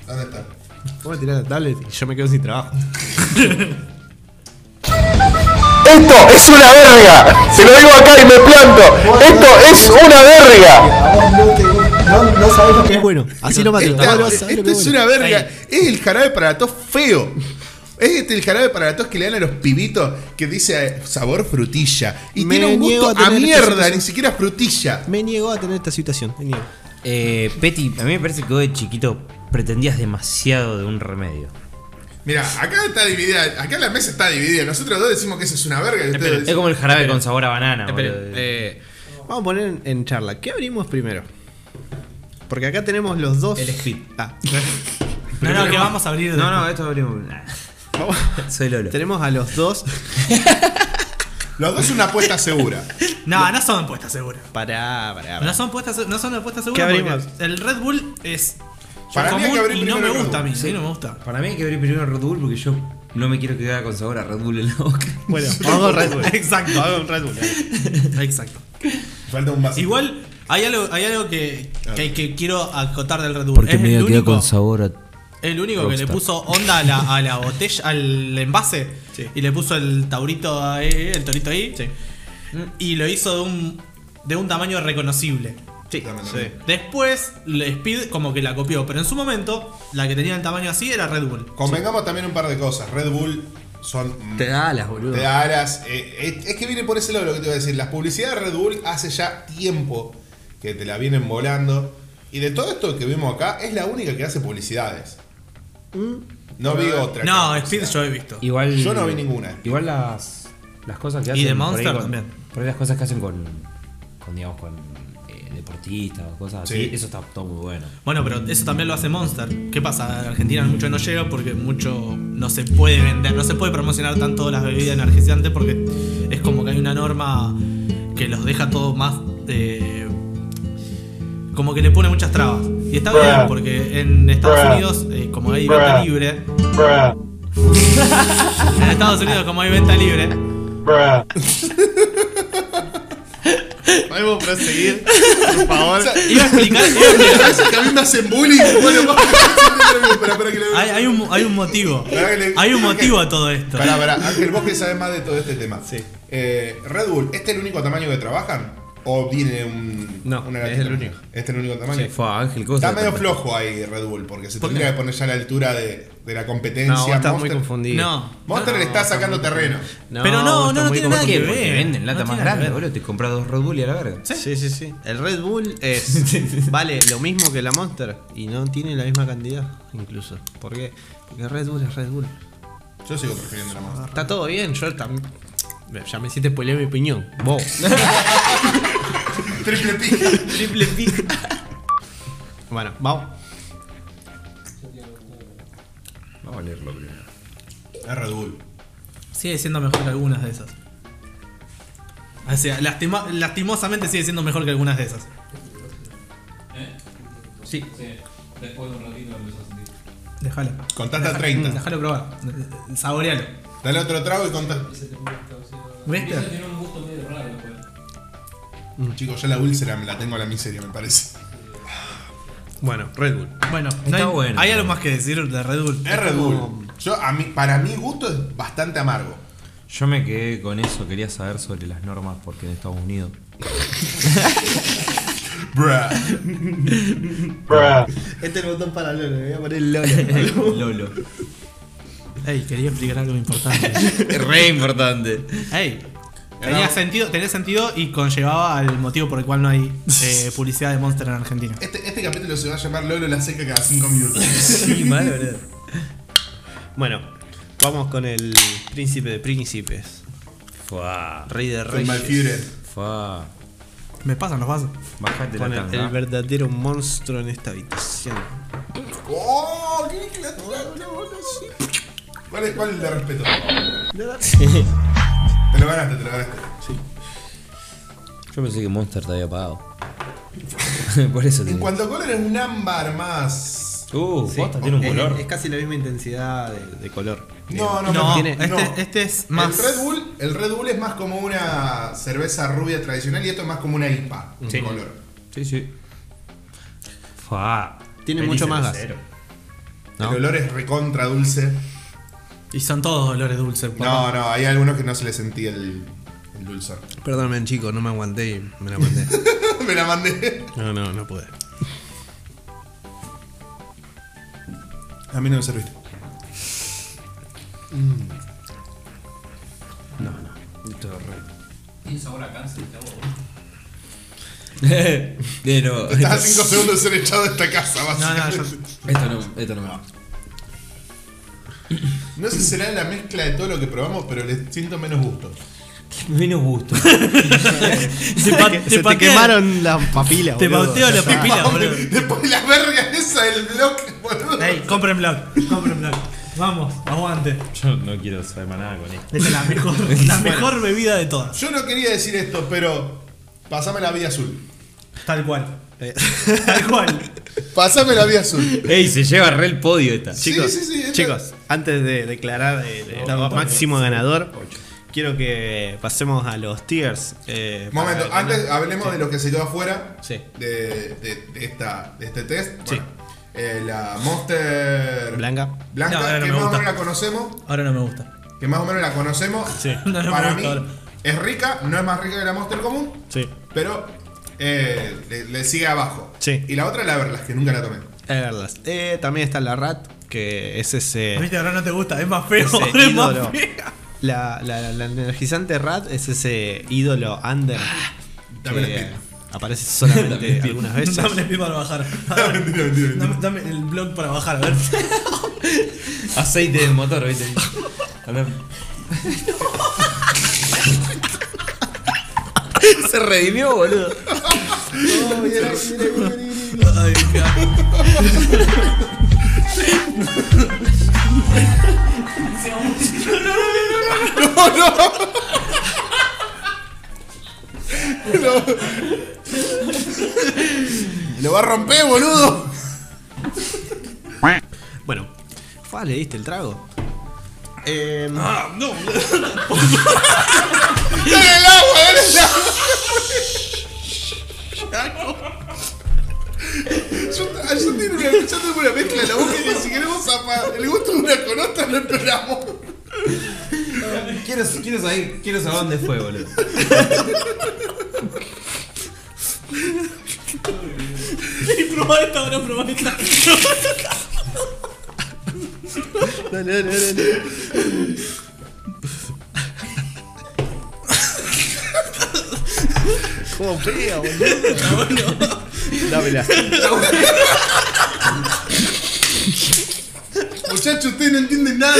C: ¿Dónde está?
D: Vamos a tirar la tablet y yo me quedo
H: [LAUGHS]
D: sin trabajo.
H: Esto es una verga. Se lo digo acá y me planto. Esto es una verga.
D: Es bueno. Así no mate.
C: Esta, esta es una verga. Es el jarabe para la tos feo. Es este el jarabe para la tos que le dan a los pibitos que dice eh, sabor frutilla. Y
D: Me
C: tiene un
D: niego
C: gusto
D: a
C: a,
D: tener este esta
C: mierda,
D: sensación.
C: ni siquiera frutilla.
D: Me niego a tener esta situación. Me niego.
B: Eh, Petty, a mí me parece que vos de chiquito pretendías demasiado de un remedio.
A: Eh,
C: Mira, acá está dividida, acá la mesa está dividida. Nosotros dos decimos que eso es una verga y ustedes
B: Es
C: dicen,
B: como el jarabe con sabor a banana,
D: Esperen,
B: boludo.
D: eh, vamos a poner en, en charla. ¿Qué abrimos primero? Porque acá tenemos los dos.
F: El split.
D: Ah, [LAUGHS]
A: No, no, que vamos a abrir.
F: No, no, esto abrimos. Ah,
D: vamos-
B: [LAUGHS] Soy Lolo.
D: tenemos a los dos.
C: los dos una apuesta segura.
A: No, no son puestas seguras.
D: Pará, pará.
A: No
D: pará.
A: son puestas, no son apuestas
D: ¿Qué
A: seguras.
D: abrimos?
A: porque El Red Bull es
C: Para mí hay que
A: común
C: abrir
A: y no
C: primero
A: me
C: el Red
A: gusta a mí.
C: Bull,
A: a mí no me gusta.
F: Para mí hay que abrir primero Red Bull porque yo no me quiero quedar con sabor a Red Bull en la boca.
E: [LAUGHS]
D: Bueno, vamos con Red Bull.
A: Exacto.
D: Vamos con Red Bull.
A: Exacto.
C: [LAUGHS] Falta un vaso.
A: Igual hay algo, hay algo que, que, que quiero acotar del Red Bull.
B: Porque
A: es
B: me
A: el
B: había quedado
A: único,
B: con sabor a.
A: el único que le
B: Rockstar.
A: puso onda a la, a la botella, al envase. Y le puso el taurito ahí, el torito ahí. Y lo hizo de un, de un tamaño reconocible.
D: Sí, sí.
A: Después, el Speed como que la copió, pero en su momento, la que tenía el tamaño así era Red Bull.
C: Convengamos también un par de cosas. Red Bull son.
B: Te da alas, boludo.
C: Te da alas. Eh, eh, es que viene por ese lado lo que te voy a decir. Las publicidades de Red Bull hace ya tiempo que te la vienen volando. Y de todo esto que vimos acá, es la única que hace publicidades.
D: Mm.
C: No vi otra.
A: No,
C: que haga
A: Speed
C: publicidad.
A: yo he visto.
E: Igual.
C: Yo no vi ninguna.
E: Igual las, las cosas que hacen.
A: Y de
E: por ahí
A: Monster
E: con-
A: también.
E: Por ahí las cosas que hacen con. con digamos, con eh, deportistas o cosas así.
C: Sí.
E: Eso está todo muy bueno.
A: Bueno, pero eso también lo hace Monster. ¿Qué pasa? En Argentina mucho no llega porque mucho no se puede vender, no se puede promocionar tanto las bebidas energizantes porque es como que hay una norma que los deja todo más. eh, como que le pone muchas trabas. Y está bien, porque en Estados Unidos, eh, como hay venta libre. en Estados Unidos, como hay venta libre.
D: Podemos
C: [LAUGHS]
D: proseguir. Por favor.
A: Iba a explicar.
D: [LAUGHS]
A: iba a explicar.
C: Que a mí me hacen bullying. Bueno, vamos a para, para que lo
A: Hay, hay un, hay un motivo. Hay un motivo a todo esto.
C: Pará, pará, Ángel, vos que sabes más de todo este tema. Eh, Red Bull, ¿este es el único tamaño que trabajan? ¿O tiene un,
F: No,
C: una
F: es
C: gatita?
F: el único.
C: Este es el único tamaño.
F: Fue Ángel Cosa.
C: Está medio flojo ahí Red Bull, porque se
A: ¿Por
C: tendría
A: qué?
C: que poner ya a la altura de, de la competencia.
D: No, vos estás muy
C: Monster-
D: confundido.
A: No.
C: Monster le está sacando terreno.
A: Pero no,
D: vos estás
A: no, no
D: muy
A: tiene nada
D: confundido.
A: que
F: Porque
A: ver.
F: venden lata
A: No
F: más
A: tiene nada que
F: grande,
A: ver.
F: boludo. Te compras dos Red Bull y a la verga.
D: Sí, sí, sí. El Red Bull
F: [LAUGHS]
D: es vale lo mismo que la Monster y no tiene la misma cantidad, incluso. ¿Por qué? Porque Red Bull es Red Bull.
C: Yo sigo prefiriendo
D: [LAUGHS]
C: la Monster.
D: Está todo bien, yo también. Ya me hiciste spoilear mi opinión. Vos.
F: [LAUGHS]
C: Triple pija.
D: Triple pija. bueno, vamos.
F: Vamos a leerlo primero.
C: Es Red Bull.
A: Sigue siendo mejor que algunas de esas. O sea, lastima- lastimosamente sigue siendo mejor que algunas de esas.
G: ¿Eh? Sí. Después de un ratito empezó a sentir.
A: Déjalo.
C: Contá hasta
A: Deja-
C: 30.
A: Déjalo probar. Saborealo.
C: Dale otro trago y contá.
A: ¿Viste?
G: Eso tiene un gusto medio raro después.
D: Mm.
C: Chicos, ya la úlcera me la tengo a la miseria, me parece.
D: Bueno, Red Bull.
A: Bueno, no
F: Está
A: hay,
F: bueno.
A: hay algo más que decir de Red Bull.
C: Es Red Bull. Yo, a mí, para mi gusto es bastante amargo.
F: Yo me quedé con eso, quería saber sobre las normas porque en Estados Unidos.
C: Bruh.
D: Este es el botón para Lolo, le voy a poner el
F: [LAUGHS]
D: Lolo.
F: Lolo.
A: Ey, quería explicar algo importante.
F: Re importante.
A: Ey. Tenía sentido, tenía sentido y conllevaba al motivo por el cual no hay eh, publicidad de Monster en Argentina.
C: Este, este capítulo se va a llamar Lolo la seca cada 5 minutos.
F: [LAUGHS] Sí, mal, boludo.
D: bueno, vamos con el príncipe de príncipes.
F: Fua.
D: Rey de
C: Con
D: reyes.
C: Malführer.
F: Fua.
A: Me pasan los vasos.
F: Bajate
D: Con
F: la
D: el, el
F: tanga.
D: verdadero monstruo en esta habitación.
C: ¡Oh! ¡Qué mezclatura, boludo! ¿Cuál es, ¿Cuál es el de respeto? Te lo ganaste, te lo ganaste.
B: Yo pensé que Monster te
E: [LAUGHS]
B: había pagado. Por eso te
C: En
B: digo.
C: cuanto a color es un ámbar más.
F: Uh,
D: Sí,
F: posta, tiene un
C: Eh,
D: es-
F: color.
D: Es,
E: [LAUGHS]
D: casi la misma intensidad de, de color.
C: No, no,
A: No,
C: Ah, tiene-
A: este- este es más-
C: El Red, Bull, el Red Bull es más como una cerveza rubia tradicional y esto es más como una IPA. en color.
F: Sí, sí. Fua.
D: Tiene
F: Feliz
D: mucho
F: el
D: más gas.
F: acero.
D: ¿no?
C: El olor es recontra dulce.
A: Y son todos dolores dulces.
C: [LAUGHS] No, no, hay algunos que no se le sentía el, el dulzor. [LAUGHS]
D: Perdónenme, chicos, no me aguanté y me la mandé.
C: Me la mandé.
D: [LAUGHS] no, no, no pude.
C: A mí no me serviste.
G: Tiene sabor a cáncer, te hago.
C: eh.
E: Eh,
B: De nuevo.
C: Estás a 5 segundos de ser echado de esta casa,
A: No, no,
C: básicamente.
A: yo-
C: No,
B: Esto no, esto no me va.
C: sé si será la mezcla de todo lo que probamos, pero le siento menos gusto.
F: Menos gusto.
A: Te pa- te
D: Se te
A: patea-
D: quemaron las papilas,
A: Te
D: boludo.
A: pauteo
C: [LAUGHS]
A: la pipila, boludo.
C: Después la verga esa del blog, boludo.
A: Ey, compren blog. Compren blog. Vamos, aguante.
F: Yo no quiero saber más nada con esto.
A: Esta es la mejor, [LAUGHS] la mejor bebida de todas.
C: Yo no quería decir esto, pero. Pasame la vía azul.
A: Tal cual.
D: Eh. [LAUGHS]
A: Tal cual.
C: Pasame la vía azul.
F: Ey, se lleva re el podio esta.
D: Chicos,
C: Sí, sí, sí, es
D: chicos, antes de declarar el, el máximo ganador, quiero que pasemos a los tiers. eh,
C: Momento,
D: para-
C: antes hablemos de lo que se quedó afuera
D: Sí.
C: de, de- de esta, de este test.
D: Sí.
C: Bueno, eh, la Monster
D: Blanca.
C: Blanca,
A: No, ahora no
C: que
A: me
C: más o
A: gusta.
C: menos la conocemos.
A: Ahora no me gusta.
C: Que más o menos la conocemos.
D: Sí.
A: [LAUGHS] No, no me
C: Para
A: gusta
C: mí
A: ahora.
C: es rica, no es más rica que la Monster común,
D: Sí,
C: pero eh, le, le sigue abajo.
D: Sí.
C: Y la otra la Everlast, que nunca la tomé.
D: es verdad. Eh, también está la Rat, que es ese.
A: Eh. Viste, ahora no te gusta. Es más feo.
D: ese
A: [LAUGHS] Es más
D: ídolo.
A: fea.
D: La, la- la energizante Rat es ese ídolo under
C: Dame la
D: que
C: espina.
D: aparece solamente
A: [LAUGHS]
D: algunas veces.
A: Dame la pipa para
C: [LAUGHS]
A: bajar. A ver.
C: Mentira, mentira, mentira.
A: Dame, dame el blog para bajar, a ver.
B: Aceite del motor, viste. Andá.
D: Se redimió, boludo.
A: Ay,
C: [LAUGHS]
A: qué asco.
C: [LAUGHS] Lo va a romper, boludo.
D: Bueno, fa, le diste el trago. Eh,
C: ¡Dale el agua, dale el agua! Yo, yo tengo una, yo tengo una mezcla en la boca y si queremos zafar el gusto de una con otra no empeoramos.
F: Quiero, quiero saber, quiero saber dónde fue, boludo.
A: probar esta, bro, probar esta.
C: Dale, dale, dale. dale. ¿Cómo pega, boludo? Dámela. Muchachos, ustedes no entienden nada.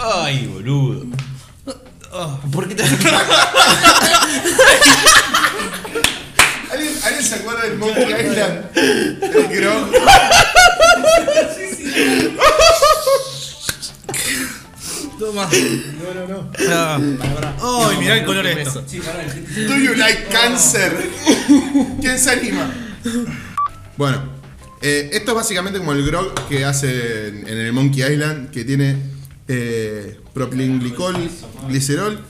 B: Ay, boludo. ¿Por qué te
C: ¿Alguien, alguien se acuerda del Monkey Island? El Grom.
A: Toma. No, no, no. Ay, mirá el color de esto.
C: Do you like cancer? ¿Quién se anima? Bueno, eh, esto es básicamente como el grog que hace en, en el Monkey Island, que tiene eh, propilenglicol, glicerol,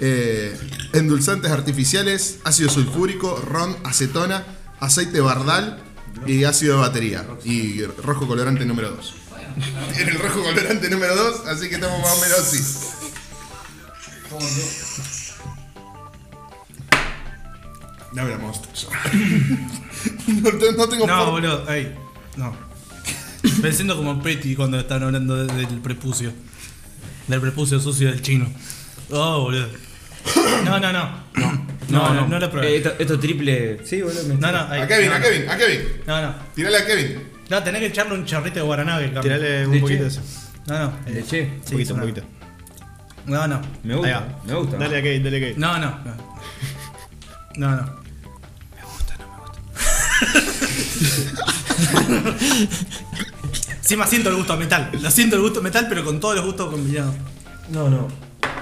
C: eh, endulzantes artificiales, ácido sulfúrico, ron, acetona, aceite bardal y ácido de batería. Y rojo colorante número 2. Tiene el rojo colorante número 2, así que estamos más o menos así. No me la mostro yo. [LAUGHS] no, te- no tengo
A: No,
C: forma.
A: boludo, ahí. No. Me siento como Petty cuando están hablando de- del prepucio. Del prepucio sucio del chino. Oh, boludo. No, no, no. No, no, no, no lo
E: Eh,
A: probé.
B: esto, esto triple. Sí, boludo. me-
A: No, no, ahí.
C: A Kevin,
A: no,
C: a Kevin, a Kevin.
A: No, no.
C: Tirale a Kevin.
A: No, tenés que echarle un charrito de guaranabe, Carlos.
D: Tirale un poquito de eso.
A: No, no.
B: ¿Le eché?
A: Sí, es una- No, no.
B: Me gusta, me gusta.
D: Dale a Kate, dale a Kate.
A: No, no. No, no. no. [LAUGHS] Sí, más siento el gusto a metal. Lo siento el gusto a metal, pero con todos los gustos combinados.
F: No, no.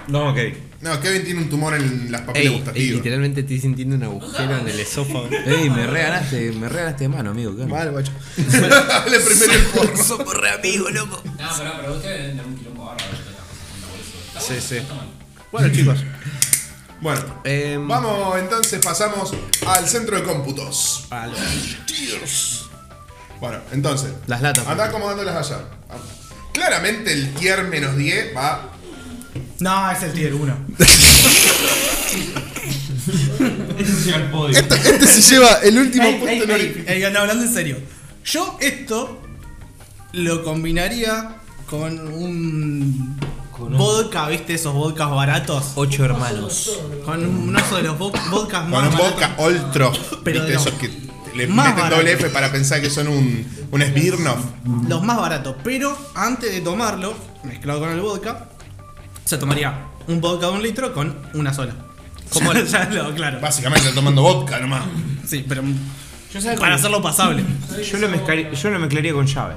F: No, ok.
C: No, Kevin tiene un tumor en las papilas
D: Ey, ey,
C: gustativas.
D: literalmente estoy sintiendo un agujero en el esófago.
B: Ey, me regalaste, me regalaste de mano, amigo. ¿qué onda?
D: Mal,
C: [LAUGHS]
D: guacho.
C: Dale primero el porro.
B: Somos re amigos, loco.
G: No, pero, pero ustedes deben tener un quilombo bárbaro. de plata, con bolso. Está
D: Sí,
G: bueno,
D: sí.
G: está bueno.
D: Bueno, chicos.
C: Bueno,
D: em,
C: vamos entonces, pasamos al centro de cómputos.
D: al-
C: Dios. Bueno, entonces.
D: Las latas, por
C: Andá
D: favor.
C: acomodándolas allá. Claramente el tier menos 10 va.
A: No, es el tier 1.
C: Este se lleva el último
A: Ey, ey, ey, ey, no, hablando en serio. Yo esto lo combinaría con un vodka, ¿viste? Esos vodkas baratos.
B: Ocho hermanos.
A: Con un- uno de los vo- vodkas más
C: Con un
A: baratos.
C: vodka Oltro.
A: Pero
C: ¿Viste
A: no.
C: esos que le
A: Más
C: meten
A: barato.
C: doble F para pensar que son un, un Smirnoff?
A: Los más baratos. Pero antes de tomarlo, mezclado con el vodka, se tomaría un vodka de un litro con una sola. Como [LAUGHS] ya lo, claro.
C: Básicamente tomando vodka nomás.
A: Sí, pero para hacerlo pasable.
F: Yo lo, mezclaría, yo lo mezclaría con llave.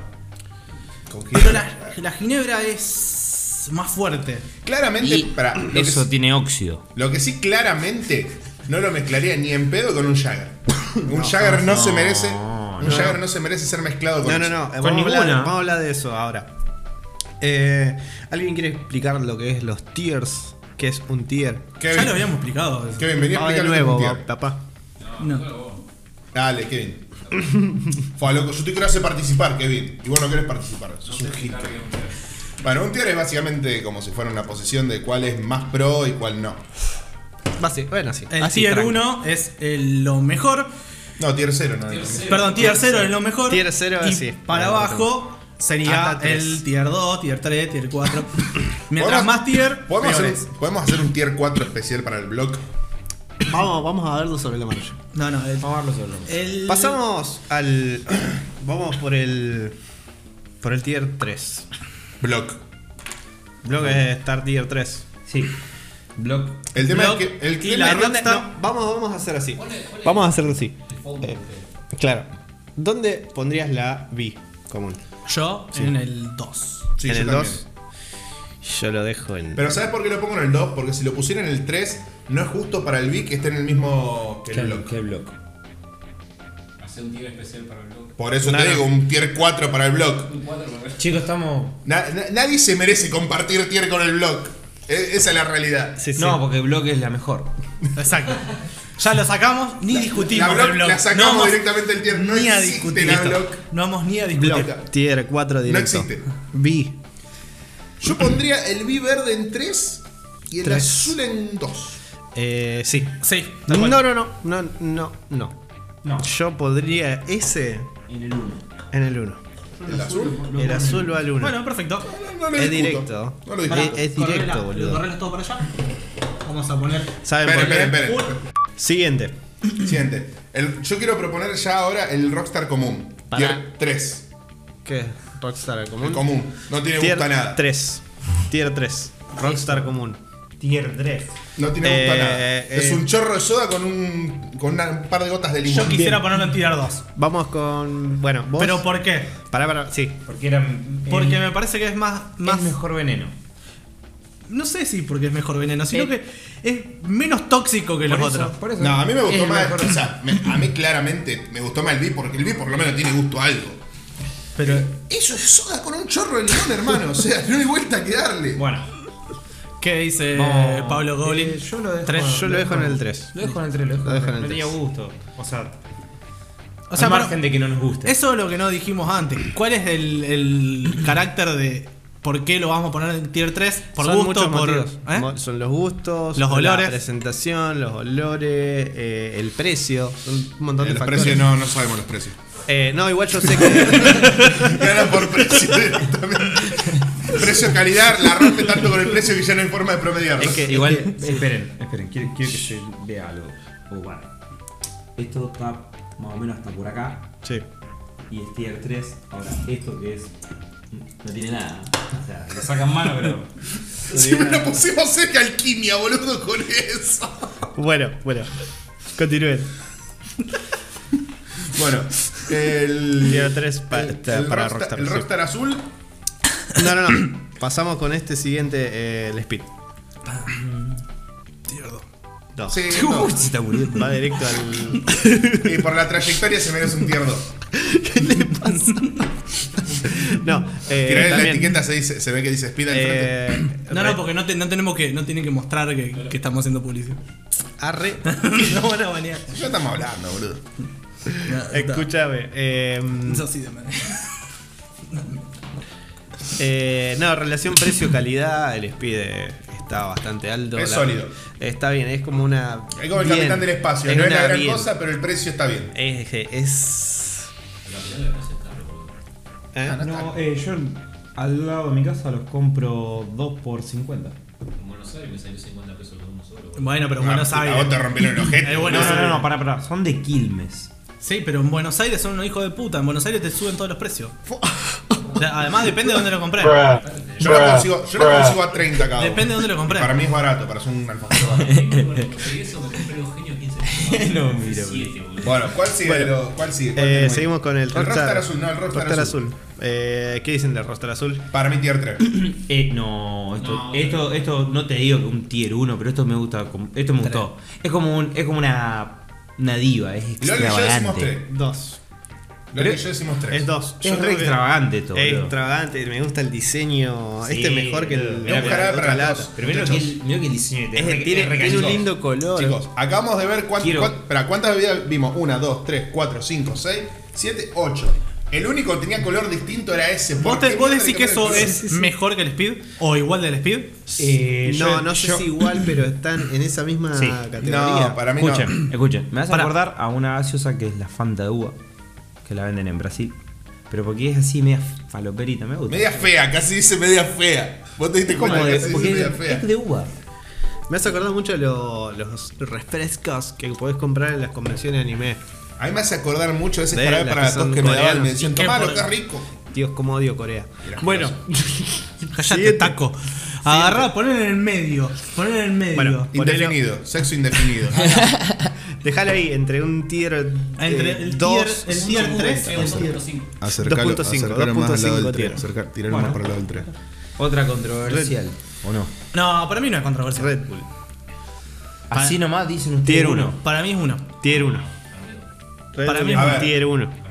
A: Pero la, la ginebra es más fuerte.
C: Claramente, para. Lo, que,
E: Eso
C: sí-
E: tiene óxido.
C: lo que sí, claramente, no lo mezclaría ni en pedo con un Jagger. Un Jagger no, se merece. Un Jagger no se merece ser mezclado con
D: No, no,
C: eso.
D: no. eh,
F: Con
D: vamos, a hablar,
F: ninguna.
D: vamos a hablar de eso ahora. Eh, ¿Alguien quiere explicar lo que es los tiers? ¿Qué es un tier?
A: Ya
C: Kevin,
A: lo habíamos explicado. eso.
C: Kevin, vení a
D: Va de
C: explicar lo que es
D: nuevo,
C: un tier.
D: va, papá.
A: No.
C: Dale, Kevin. Fue loco, yo te quiero hacer participar, Kevin. Y vos no querés participar, sos un hit. Bueno, un tier es básicamente como si fuera una posición de cuál es más pro y cuál no.
D: Va, sí, bueno, sí.
A: El
D: Así,
A: tier
D: tranqui.
A: 1 es el- lo mejor.
C: No, tier 0, no. no.
A: Perdón, tier 0 es lo mejor.
D: Tier cero,
A: y
D: sí.
A: Para
D: Ahora
A: abajo sería
D: Hasta tres.
A: el tier 2, tier 3, tier
D: [COUGHS]
A: 4. Mientras
C: ¿Podemos-
A: más tier,
C: ¿podemos hacer,
A: peores.
C: podemos hacer un tier 4 especial para el blog.
D: Vamos, vamos a verlo sobre la marcha.
A: No, no, el, el-
D: Pasamos al. [CLEARS THROAT] vamos por el. Por el tier 3.
C: Blog.
D: Blog es Star Tier 3.
B: Sí.
F: Block.
C: El tema
A: Blog
C: es que el
A: y
C: tema
A: la
C: es que-
A: ronda- Rockstar.
D: No, vamos, vamos a hacer así. Vamos a hacerlo así. Eh, claro. ¿Dónde pondrías la B común?
A: Yo en el 2.
C: Sí,
D: en
C: yo
D: el
C: también.
D: 2. Yo lo dejo en.
C: Pero ¿sabes por qué lo pongo en el 2? Porque si lo pusiera en el 3, no es justo para el B que esté en el mismo que el blog.
B: ¿Qué block?
G: Hacer un tigre especial para el loco.
C: Por eso
D: Claro.
C: te digo, un tier 4 para el blog.
G: Un 4 para el
B: Chicos, estamos.
C: Na- na- nadie se merece compartir tier con el blog. E- esa es la realidad.
D: Sí, sí.
F: No, porque Block es la mejor.
A: Exacto. Ya lo sacamos, ni discutimos
C: la, blog,
A: el blog.
C: la sacamos
A: vamos
C: directamente del tier. No
A: ni a
C: existe
A: discutir.
C: la
A: esto.
C: blog.
A: No vamos ni a discutir.
C: Blog.
D: Tier 4 directo.
C: existe.
D: B.
C: Yo pondría el B verde en 3 y el
D: Tres.
C: azul en 2.
D: Eh, sí.
A: Sí, tal
D: No,
A: cual.
D: no, no. No, no, no.
E: No,
D: Yo podría ese
E: en el 1.
D: en el 1.
C: ¿El azul?
D: El azul va al 1.
A: Bueno, perfecto.
C: No lo
D: es
C: discuto.
D: directo.
C: No lo
G: Pará,
C: discuto.
D: Eh, es
G: correla,
D: directo, boludo.
G: ¿Lo correlas todo para allá? Vamos a poner.
D: ¿Saben
C: Esperen,
D: por qué?
C: esperen, esperen.
D: Siguiente.
C: Siguiente. El- yo quiero proponer ya ahora el Rockstar común.
D: Pará.
C: Tier 3.
D: ¿Qué? Rockstar
C: El
D: común.
C: común. No tiene
D: Tier
C: gusto a nada.
D: 3. Tier 3. Rockstar común.
F: Tier 3.
C: No tiene gusto a
D: Eh,
C: nada. es
D: eh.
C: un chorro de soda con un, con una- un par de gotas de
A: Yo
C: limón.
A: quisiera ponerlo en tirar 2.
D: Vamos con. Bueno, vos.
A: ¿Pero por qué?
D: Pará, pará. Sí.
F: Porque era. mm,
A: Porque
F: el-
A: me parece que es más.
F: es
A: más
F: mejor veneno.
A: No sé si porque es mejor veneno, sino
F: Eh.
A: que es menos tóxico que los otros.
F: Por eso.
C: No, a mí me gustó
F: Es
C: más.
F: mejor.
C: O sea, me- a mí claramente me gustó más el B porque el B por lo menos tiene gusto a algo.
A: Pero
C: Eso es soda con un chorro de limón, hermano. O sea, no hay vuelta que darle.
F: Bueno,
A: ¿Qué dice
F: No.
A: Pablo Goblin?
F: Eh, yo lo dejo-
A: Tres.
D: Yo lo dejo en el 3.
F: lo dejo en el 3, lo dejo,
D: Lo dejo en el
F: No tenía
D: tres.
F: gusto. O sea,
A: O sea,
F: al
A: para-
F: margen de que no nos guste.
A: eso es lo que no dijimos antes. ¿Cuál es el, el carácter de por qué lo vamos a poner en tier 3? Por
D: Son
A: gusto,
D: muchos
A: por.
D: motivos.
A: ¿eh?
D: Mo- Son los gustos,
A: Los olores.
D: la presentación, los olores, eh, el precio, son un montón de
C: Eh, los
D: factores.
C: precios no, no sabemos los precios.
D: Eh, no, igual yo sé
C: [LAUGHS]
D: que.
C: Gana por precio directamente. Precio calidad, la rompe tanto con el precio que ya no hay forma de promediarlo.
D: Es que-
F: Igual,
D: es que-
F: esperen, esperen, quiero, quiero que se vea algo. O bueno,
E: Esto está más o menos hasta por acá.
D: sí.
E: Y es tier 3. Ahora, esto que es. No tiene nada. O sea, lo sacan mano, [LAUGHS] pero.
C: Si me lo pusimos cerca alquimia, boludo, con eso.
D: Bueno, bueno. Continúen.
C: Bueno, el.
D: Tier tres pa-
C: el-
D: ta-
C: el
D: para
C: Rockstar-
D: Rockstar,
C: El
D: sí.
C: Rockstar azul.
D: No, no, no. Pasamos con este siguiente, eh, el Speed. No. [LAUGHS]
C: Sí, no.
D: Va directo al.
C: Y por la trayectoria se merece un tierno.
D: No, eh,
C: Tirá la
D: también,
C: etiqueta, se, dice, se ve que dice Speed al frente.
D: eh,
A: No, no, porque no, te- no tenemos que, no tienen que mostrar que, que estamos haciendo publicidad.
D: Arre.
A: no van
D: [LAUGHS]
A: a banear.
C: Ya estamos hablando, boludo.
D: Escúchame. Eh,
A: Eso sí de manera.
D: Eh, no, relación precio-calidad, el speed eh, está bastante alto.
C: Es sólido.
D: Está bien, es como una.
C: Es como el
D: bien,
C: capitán del espacio. no es
D: una
C: la gran
D: bien.
C: cosa, pero el precio está bien.
D: Es. es- ¿Eh?
F: No, eh, yo al lado de mi casa los compro 2 por 50.
A: Bueno, pero en
C: Ah,
A: Buenos
C: A vos te
A: Aires.
C: rompieron el
D: [LAUGHS]
C: ojete.
A: Eh, bueno,
F: No,
A: sí.
F: no, no, no, pará, pará, son de Quilmes.
A: Sí, pero en Buenos Aires son unos hijos de puta. En Buenos Aires te suben todos los precios. O sea, además, depende de dónde lo compré.
C: Yo lo consigo, yo lo consigo a 30 cada uno.
A: Depende de dónde lo compré.
C: Para mí es barato, para hacer un alfajor
D: [LAUGHS]
C: barato.
G: Bueno, conseguí eso, me compré los genios
F: [LAUGHS]
G: 15
F: No, mira,
G: Siete, boludo.
C: Bueno, ¿cuál sigue? lo- ¿Cuál sigue? ¿Cuál
D: Eh,
C: tenemos ahí?
D: seguimos con el.
C: El Rockstar azul, no, el Rockstar azul.
D: Eh, ¿Qué dicen del Rockstar azul?
C: Para mí tier
D: [CLEARS THROAT]
C: 3.
F: Eh, no, esto,
G: No.
F: esto, esto no te digo que un tier 1, pero esto me gusta, como- esto me gustó. Es como un, es como una, una diva, es
C: Loli y yo decimos 3.
F: extravagante.
D: Dos.
C: Loli y yo decimos 3.
D: Es dos. Yo
F: Es
D: creo
F: re
D: que-
F: extravagante esto,
D: Es
F: boludo.
D: extravagante, me gusta el diseño.
F: Sí,
D: este es mejor que el.
F: mirá,
D: la
C: mirá,
D: otra
C: para
D: lata.
C: todos.
F: Pero mira que, el- mirá que el diseño
D: Es-
F: re-
D: tiene,
F: re-
D: tiene un
F: re-
D: lindo color.
C: Chicos, acabamos de ver cuán-
F: Quiero-
C: cuán- espera, cuántas bebidas vimos. 1, 2, 3, 4, 5, 6, 7, 8. El único que tenía color distinto era ese. ¿Por
A: ¿Vos, te-
C: qué
A: vos
C: mierda
A: decís
C: le
A: que eso
C: cambiaron el
A: es mejor que el Speed? ¿O igual del Speed?
F: Eh,
D: no,
F: yo-
D: no sé
F: yo-
D: si igual, pero están en esa misma
F: Sí.
D: categoría.
C: color? No, para mí no.
F: Escuchen, escuchen, me vas a
A: Pará.
F: acordar a una gaseosa que es la Fanta de uva, que la venden en Brasil. Pero porque es así media faloperita, me gusta.
C: Media fea, casi dice media fea. Vos te diste
F: como
C: cuenta que
F: de,
C: casi dice
F: porque
C: media
F: es,
C: fea.
F: es de uva.
D: Me has acordado mucho de lo- los refrescos que podés comprar en las convenciones de anime.
C: A mí me hace acordar mucho de ese
D: De
C: jarabe
D: las
C: para la
D: que son
C: tos que me daban.
D: coreanos.
C: Me decían,
A: ¿Y qué
C: tomá lo
A: por-
C: que es rico.
D: Dios, cómo odio Corea.
C: Era
D: Bueno,
A: Callate, taco. Agarrá, poner en el medio. Poner en el medio.
D: Bueno, ponelo.
C: Indefinido, sexo indefinido.
D: déjalo ahí, entre un tier eh,
A: Entre el
D: dos-
A: tier- el tier
D: un-
A: tres.
G: Creo que son los cinco.
C: Acercalo,
D: 2.5,
C: acercalo más al lado del
D: 2.5
C: 3.
D: tier.
C: Acercar, tirarlo más para el lado del 3.
F: Otra controversial. ¿O no?
A: No, para mí no es controversia.
D: Red Bull.
F: Así nomás dicen un
D: Tier
F: tier
D: uno.
F: 1.
A: Para mí es uno.
D: Tier 1. Red
A: Para
D: Bull
A: mí
D: es
A: es
D: un
C: un-
D: tier 1.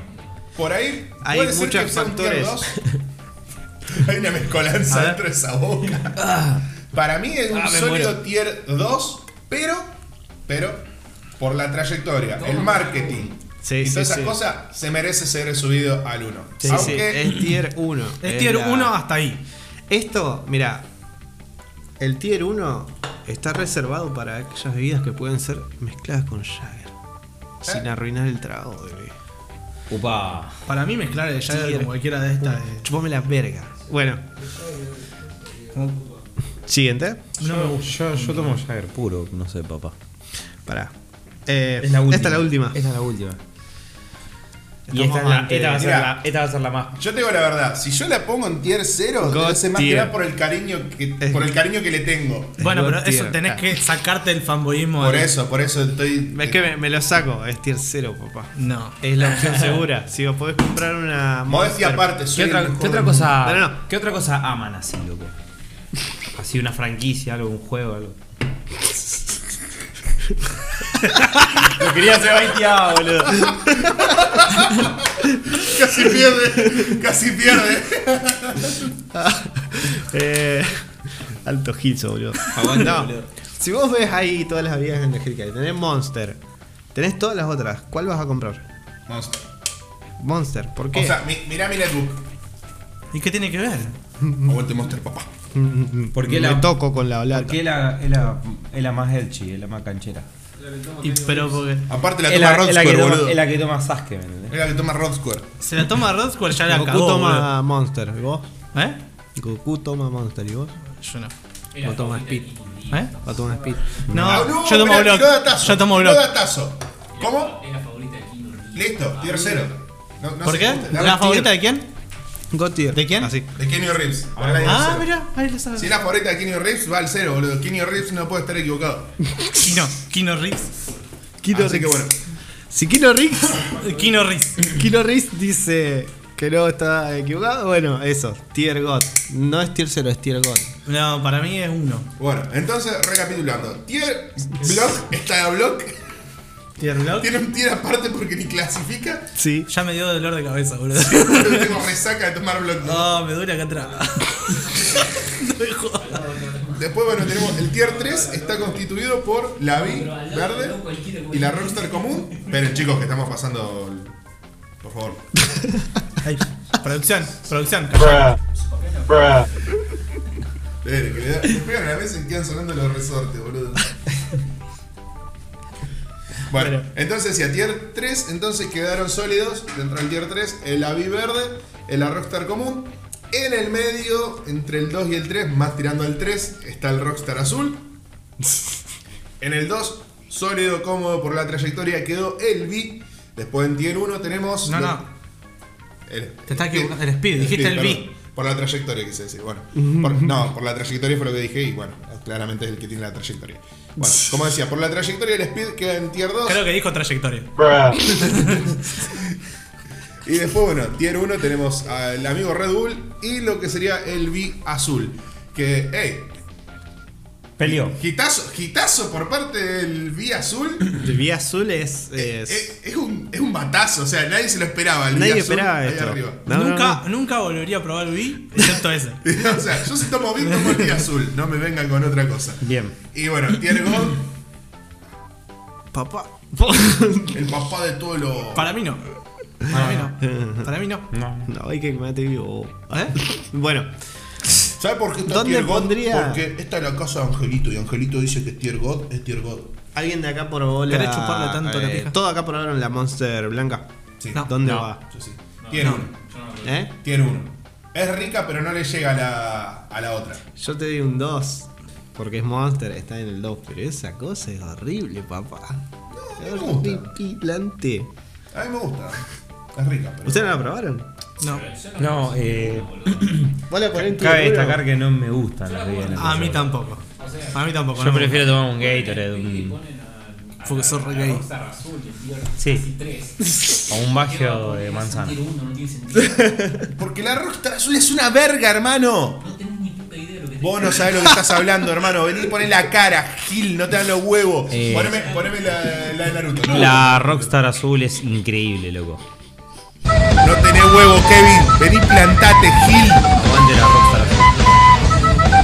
C: Por ahí
D: Hay
C: puede ser
D: muchos
C: que sea un
D: factores.
C: tier 2. [LAUGHS] Hay una mezcolanza dentro de esa boca. Para mí es un
A: Ah, me
C: sólido
A: muero.
C: tier 2, pero, pero por la trayectoria, el marketing
D: Sí,
C: y
D: sí,
C: todas
D: sí.
C: esas cosas, se merece ser subido al 1.
D: Sí, sí,
C: Aunque
D: es tier 1.
A: Es tier 1 hasta ahí.
D: Esto, mira, el tier 1 está reservado para aquellas bebidas que pueden ser mezcladas con Jagger. Sin
A: Eh.
D: arruinar el trago, bebé.
B: Upa.
A: Para mí mezclar el Eh, Jagger
D: Sí,
A: con
D: el-
A: cualquiera de estas es-
D: Chupame la verga. Bueno. Siguiente.
A: no me gusta.
B: Yo, yo tomo Jagger puro, no sé, papá.
D: Pará. Eh,
F: Es la última.
D: Esta es la última.
F: Esta es la última.
D: Y esta es la- esta va a
C: ser la-
F: esta va a ser la más.
C: Yo te digo la verdad, si yo la pongo en tier 0,
D: God
C: lo hace más que
D: tier.
C: nada por el cariño que,
D: Es-
C: por el cariño que le tengo.
A: Bueno, pero
D: God
A: eso
D: tier.
A: tenés que sacarte el fanboyismo.
C: Por
A: de-
C: eso, por eso estoy.
D: Es que me, me lo saco, es tier 0, papá.
A: No.
D: Es la
A: [LAUGHS]
D: opción segura. Si vos podés comprar una.
C: Modestia
D: Monster-
C: aparte,
F: ¿Qué
C: soy el
F: otra,
C: mejor
F: qué otra
C: del
F: cosa,
D: No, no, no.
F: ¿Qué otra cosa aman así, loco? Así una franquicia, algo, un juego, algo.
D: Lo quería hacer baiteado, boludo.
C: mundo. [LAUGHS] Casi pierde, casi pierde.
D: [LAUGHS] Eh, alto gilso, boludo. No. Si vos ves ahí todas las bebidas energéticas y tenés Monster, tenés todas las otras, ¿cuál vas a comprar?
C: Monster.
D: Monster, ¿por qué?
C: O sea, mi, mirá mi netbook.
A: ¿Y qué tiene que ver?
C: Aguante Monster, papá.
F: ¿Por
D: me
F: qué la,
D: toco con la
F: ¿por
D: lata.
F: qué la, es la, es la más elchi, es la más canchera?
A: Y- pero porque
C: Aparte la
F: Es
C: toma
F: la, es la que
C: Rodsquare,
F: toma,
C: boludo.
F: es la que toma Sasuke, ¿me entendés?
C: Es la que toma Rodsquare.
A: se la toma Roswell ya la
D: Goku
A: cagó.
D: toma Monster, ¿y vos?
A: boludo. ¿Eh?
D: Goku toma Monster, ¿y vos?
A: Yo no.
D: Vos tomas Speed.
A: ¿Eh?
D: Vos tomas Speed.
A: No,
C: Ah, boludo,
A: yo tomo
C: mirá,
A: Block.
C: tiró datazo,
A: Yo tomo
C: tiró
A: Block.
C: datazo. ¿Cómo? Es la favorita de Ah, Listo, tier 0.
A: ¿Por qué? ¿La favorita de quién?
D: Gotier.
A: ¿De quién?
D: Así.
C: De Kenny Reeves. Ahora la
A: Ah,
C: tier cero.
A: mira, ahí lo sabes.
C: Si es la favorita de Kenny Reeves, va al 0, boludo. Kenny Reeves no puede estar equivocado.
A: Kino, Kino Reeves.
D: Kino
C: Así que
D: Riggs.
C: bueno.
D: Si Kino Riggs,
A: [LAUGHS] Kino Reeves.
D: Kino Riggs dice que no está equivocado, bueno, eso, tier God. No es tier 0, es tier God.
A: No, para mí es uno.
C: Bueno, entonces recapitulando. Tier Block está a Block. [LAUGHS]
A: ¿Tier Block?
C: Tiene un tier aparte porque ni clasifica.
D: Sí.
A: Ya me dio dolor de cabeza, boludo.
C: Yo tengo resaca de tomar Block.
A: [LAUGHS] No, me duele acá atrás. [LAUGHS]
C: Después, bueno, tenemos el tier 3 está constituido por la Vi verde y la Rockstar común. Pero chicos, que estamos pasando. el- Por favor.
A: Ay, producción, producción.
C: Eh, que le da- le pegan a la mesa y quedan sonando los resortes, boludo. Bueno, entonces si a tier 3, entonces quedaron sólidos dentro del tier 3 el Avi verde, el Rockstar común. En el medio, entre el 2 y el 3, más tirando al 3, está el Rockstar azul. En el 2, sólido, cómodo por la trayectoria, quedó el B. Después en tier 1 tenemos...
A: No,
C: lo-
A: no.
C: el-
A: Te estás equivocando, el Speed, dijiste el
C: perdón.
A: B.
C: Por la trayectoria, quise decir. Bueno, por- no, por la trayectoria fue lo que dije y bueno, claramente es el que tiene la trayectoria. Bueno, como decía, por la trayectoria el Speed queda en tier 2
A: Creo que dijo trayectoria.
C: y después, bueno, tier 1 tenemos al amigo Red Bull y lo que sería el B azul. Que, hey,
F: Peleó.
C: hitazo, hitazo por parte del B azul.
A: [COUGHS]
C: Eh,
D: El vía azul es. es-
C: Es, es un, es un batazo, o sea, nadie se lo esperaba. El
D: nadie
C: B azul
D: esperaba
C: ahí
D: esto.
C: arriba.
D: No, no,
A: nunca,
D: no.
A: nunca volvería a probar el B, excepto ese.
C: [LAUGHS] o sea, yo si tomo bien tomo el B azul, no me vengan con otra cosa.
D: Bien.
C: Y bueno, tier Gold,
D: Papá.
C: el papá de todos los.
A: Para mí no. Para mí no. Para mí no.
D: no, hay que mate vivo. ¿Eh? Bueno,
C: ¿Sabes por qué está
D: ¿Dónde
C: Tier God?
D: pondría?
C: Porque esta es la casa de Angelito y Angelito dice que Tier God es Tier God.
D: alguien de acá probó la. eh,
A: ¿Querés chuparle tanto la pija?
D: Todo acá probaron la Monster Blanca.
C: Sí.
A: No.
D: ¿Dónde va?
C: Yo sí. Tier 1.
D: ¿Eh?
C: Tier 1. Es rica, pero no le llega a la, a la otra.
D: Yo te di un 2. Porque es Monster, está en el 2. Pero esa cosa es horrible, papá.
C: a mí me gusta.
D: Horripilante.
C: A mí me gusta. Es rica, pero.
D: ¿Ustedes no la probaron?
A: No.
F: No, eh,
D: Vos la ponés en tu
F: cabe
D: culo.
F: destacar que no me gustan las
A: A
F: bebidas.
A: mí
F: energéticas.
A: tampoco. A mí tampoco.
B: Yo
A: no me
B: prefiero tomar un Gatorade, un,
A: gusta. Porque sos re gay.
F: Sí. O un bagio de manzana.
C: Porque la Rockstar Azul es una verga, hermano. Vos no sabés lo que estás hablando, hermano. Vení y poné la cara, Gil, no te dan los huevos.
F: Eh.
C: Poneme, poneme la, la de Naruto. No,
F: La Rockstar Azul es increíble, loco.
C: no tenés huevos, Kevin. Vení, plantate, Gil.
F: Aguante la Rockstar Azul.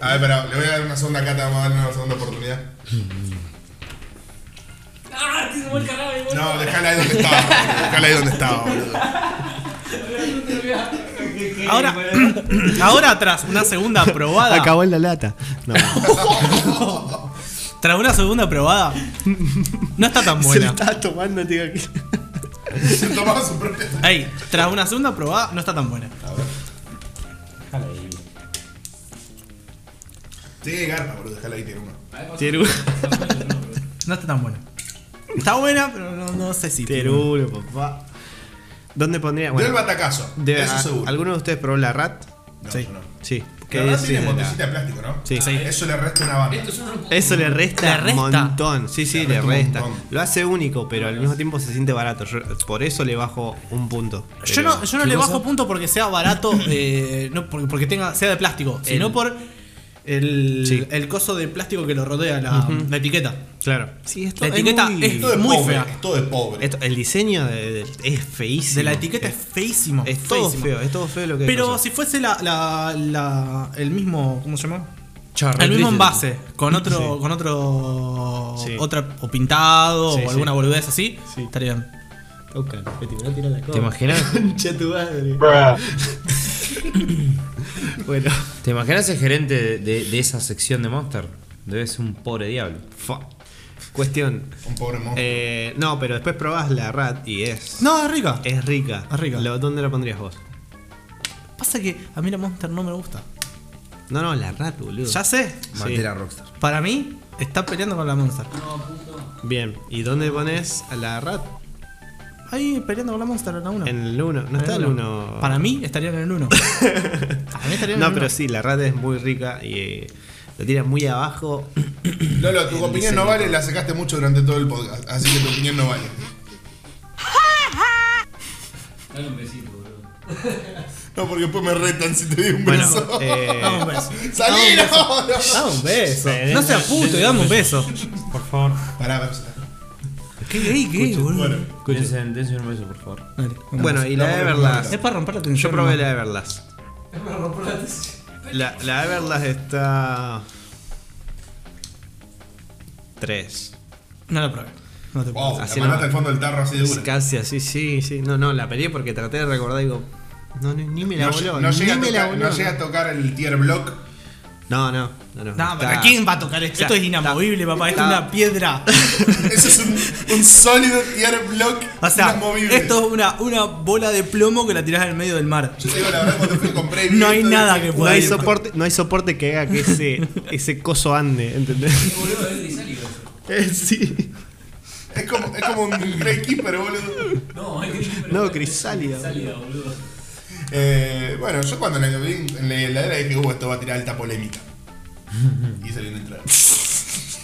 C: A ver, pero le voy a dar una segunda cata, vamos a darle una segunda oportunidad. No, dejala ahí donde estaba, boludo, dejala ahí donde estaba, boludo. [LAUGHS]
A: Ahora, [CLEARS THROAT]
D: Ah,
A: ahora atrás, una segunda probada.
D: [LAUGHS] Acabó en la lata. No.
A: tras una segunda probada, no está
D: [LAUGHS] Se
A: tan
D: lo
A: buena.
D: estaba tomando, tío. aquí.
C: Se tomaba su propia.
A: Ey, tras una segunda probada, no está tan buena.
E: Déjala ahí.
C: Sí, garpa, boludo. Déjala ahí, tiene uno.
A: Tiene un- No está tan buena. Está buena, pero no, no sé si. tiene-
D: Perú, papá. ¿Dónde pondría?
C: Dio
D: Bueno,
C: el batacazo.
D: de-
C: eso
D: a-
C: seguro.
D: ¿Alguno de ustedes probó la rat?
C: No,
A: Sí.
C: yo no.
D: Sí.
C: La verdad
D: decís
C: tiene
D: de la-
C: botecita de plástico, ¿no?
D: eh,
C: Ah,
D: Sí.
C: Eso le resta una banda.
G: Esto yo no lo puedo
D: Eso le
G: comer.
D: resta,
A: Le resta.
D: montón. Sí, sí,
C: Le
D: le
C: resta un
D: resta.
C: montón.
D: Lo hace único, pero al mismo tiempo se siente barato. Yo- por eso le bajo un punto.
A: Yo
D: Pero-
A: no, yo no le bajo punto porque
D: [CLEARS THROAT]
A: sea barato, eh, no por- porque tenga, sea de plástico, sino por el,
D: Sí.
A: el coso de plástico que lo rodea, la, la etiqueta.
D: Claro. Sí, esto
A: La
D: es
A: etiqueta
D: muy-
A: es-
C: Todo es
A: Muy
C: pobre.
A: fea.
C: es Todo es pobre.
D: esto- el diseño de- de- es feísimo.
A: De la etiqueta es feísimo.
D: Es todo
A: feísimo.
D: feo, es todo feo lo que
A: Pero
D: pasó.
A: si fuese la, la- la- el mismo, ¿cómo se llama?
D: Charrete.
A: el mismo envase, con otro, con otro,
D: Sí.
A: otra, o pintado,
D: Sí,
A: o alguna
D: sí.
A: boludez así,
D: Sí.
A: estaría bien.
D: Toca, Peti, me lo tira la copa.
F: ¿Te [LAUGHS] imaginas?
D: Concha tu madre. bueno.
F: ¿Te imaginas el gerente de, de- de esa sección de Monster? Debe ser un pobre diablo.
D: Fa. Cuestión.
C: Un pobre monstruo.
D: Eh, no, pero después probás la rat y es.
A: No, es rica.
D: Es rica.
A: Es rica.
D: Lo- ¿Dónde la pondrías vos?
A: Pasa que a mí la Monster no me gusta.
D: No, no, la rat, boludo.
A: Ya sé,
F: Mantera Rockstar.
A: para mí está peleando con la Monster.
D: Bien. ¿Y dónde pones a la rat?
A: Ahí peleando con la Monster en la 1.
D: En el 1. No está el 1.
A: Eh, Para mí estaría en el
D: [LAUGHS]
A: 1. Para mí estaría en
D: No,
A: el
D: pero
A: uno.
D: sí, la rat es muy rica y eh, la tiras muy
A: [COUGHS]
D: abajo.
C: Lolo, tu
D: el
C: opinión no
D: diseño.
C: vale, la sacaste mucho durante todo el podcast. Así que tu opinión no vale.
G: Dale un besito, boludo.
C: No, porque después me retan si te doy un
D: Bueno,
C: beso. [LAUGHS]
D: eh,
A: Dame un beso.
C: ¡Salí, no! no!
A: Dame un beso.
D: [LAUGHS]
A: No sea puto y dame un beso.
E: Por favor.
C: Pará, pará.
A: ¿Qué gay, qué, boludo?
C: Bueno,
F: Dense, dense un beso, por favor.
A: Dale, un
D: Bueno,
A: beso.
D: y la Everlast.
A: es para romper la
D: Yo
A: tensión.
D: probé
A: nomás.
D: la Everlast.
G: Es para romper la tensión.
D: La, la Everlast está. 3.
A: No la probé. No te puedo
C: wow,
A: decir.
D: Así
C: la
D: no.
C: mandaste al fondo del tarro así de una.
D: Casi así, sí, sí. No, no, la peleé porque traté de recordar y digo. No, ni, ni me la
C: No,
D: voló.
C: no
D: ni
C: llega a
D: me la
C: tocar,
D: voló.
C: no llega a tocar el tier block.
D: No, no, no. No,
A: No,
D: está-
A: pero ¿quién va a tocar esto?
D: O sea,
A: Esto es inamovible, papá. Esto es
D: está-
C: [LAUGHS]
A: una piedra.
C: Eso es un, un sólido tier block
A: O sea,
C: inamovible.
A: esto es una, una bola de plomo que la tirás en el medio del mar.
C: Yo te digo la verdad, cuando fui compré. vi
A: No hay
C: esto,
A: nada
C: dije,
A: que
D: No
A: pueda
D: hay,
A: ir.
D: soporte, no hay soporte que haga que
A: [LAUGHS]
D: ese, ese coso ande, ¿entendés?
G: Qué boludo es grisálido eso.
D: [LAUGHS] Eh, sí.
C: Es como, es como un Greykeeper, boludo.
G: No, es grisálido.
D: No, crisálida.
G: Crisálida, boludo.
C: Eh, bueno, yo cuando la vi en la heladera dije, uh, esto va a tirar alta polémica. Y salió una entrada.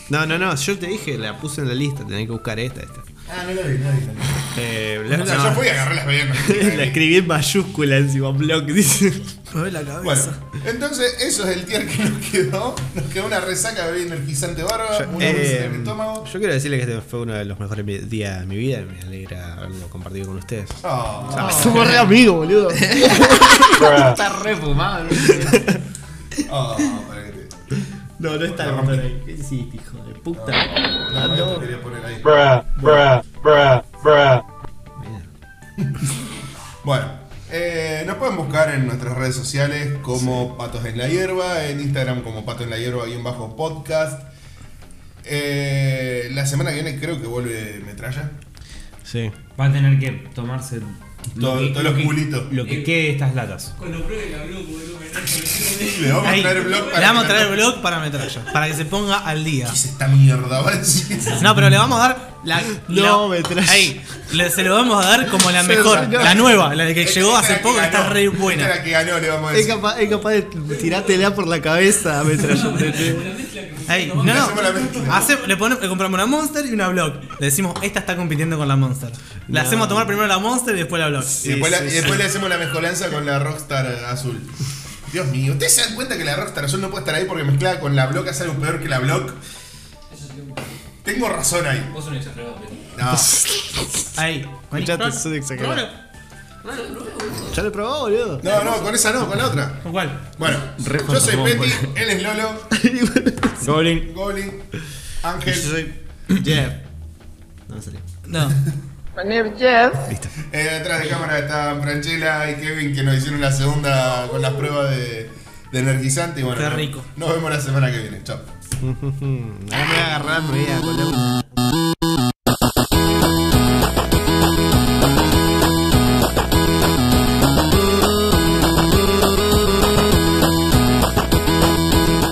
D: No, no, no, yo te dije, la puse en la lista, tenés que buscar esta, esta.
C: Ah, no la vi, no la vi. no la vi.
D: Eh,
C: O sea, yo fui y agarré las veías.
D: [LAUGHS] la escribí en mayúscula encima, blog, dice.
A: Me duele la cabeza.
C: Bueno, entonces eso es el tier que nos quedó. Nos quedó una resaca de energizante bárbara, una bolsa
D: Eh,
C: en el estómago.
D: yo quiero decirle que este fue uno de los mejores mi- días de mi vida. Me alegra haberlo compartido con ustedes.
C: Ah,
D: Somos re amigos, boludo.
E: Está re fumado, ¿no?
C: ah, para que te-
D: No, no está
C: rompí.
D: ahí. ¿Qué hiciste, hijo de puta?
C: No, no, te quería poner ahí. Bueno, eh, nos pueden buscar en nuestras redes sociales como Patos en la Hierba, en Instagram como Patos en la Hierba y en bajo podcast. Eh, la semana que viene creo que vuelve Metralla.
D: Sí.
E: Va a tener que tomarse
C: Todo-
E: que-
C: todos los
E: que-
C: culitos.
E: Lo
F: Eh,
E: que quede de estas latas.
G: Cuando pruebe la blog, boludo, me
C: Le vamos
A: Ahí.
C: a traer blog para
A: Le vamos a traer
C: que-
A: el blog para metralla, para que se ponga al día.
C: ¿Qué es esta mierda? Va a decir.
A: No, pero le vamos a dar la.
D: No,
A: la-
D: Metralla.
A: Ahí, le- se lo vamos a dar como la
C: Sí,
A: mejor,
C: no.
A: la nueva, la que llegó
C: Esta
A: hace
C: la que
A: poco, que está
C: ganó.
A: re
C: Esta
A: buena.
C: la que ganó, le vamos a
D: Es
C: decir.
D: capaz, es capaz de tirártela por la cabeza, metrallete.
A: Ahí, no, no.
C: Hacemos la mezcla.
A: Hace- le, ponemos- le compramos una Monster y una Block. Le decimos, esta está compitiendo con la Monster. Le hacemos tomar primero la Monster y después la Block.
C: y después, la- y después le hacemos la mezcolanza con la Rockstar Azul. Dios mío, ¿ustedes se dan cuenta que la Rockstar Azul no puede estar ahí porque mezclada con la Block hace algo peor que la Block? Tengo razón ahí.
G: Vos sos un exagerado, Peti.
C: No.
A: Ahí.
D: Escuchate, soy exagerado. Ya lo
C: Oh,
D: probó, boludo.
C: No, no, con esa no, con la otra.
A: ¿Con cuál?
C: Bueno, yo soy Petty, él
D: [LAUGHS]
C: es Lolo,
F: Goblin.
C: Goblin,
D: Yo
C: Ángel.
D: soy Jeff. No me salió.
A: No.
I: My name's Jeff.
C: Eh, atrás de cámara están Franchella y Kevin que nos hicieron la segunda con las pruebas de, de energizante. Y bueno,
A: Qué
C: no-
A: rico.
C: nos vemos la semana que viene. Chao.
D: Ahora me voy a agarrar, me voy a poner un-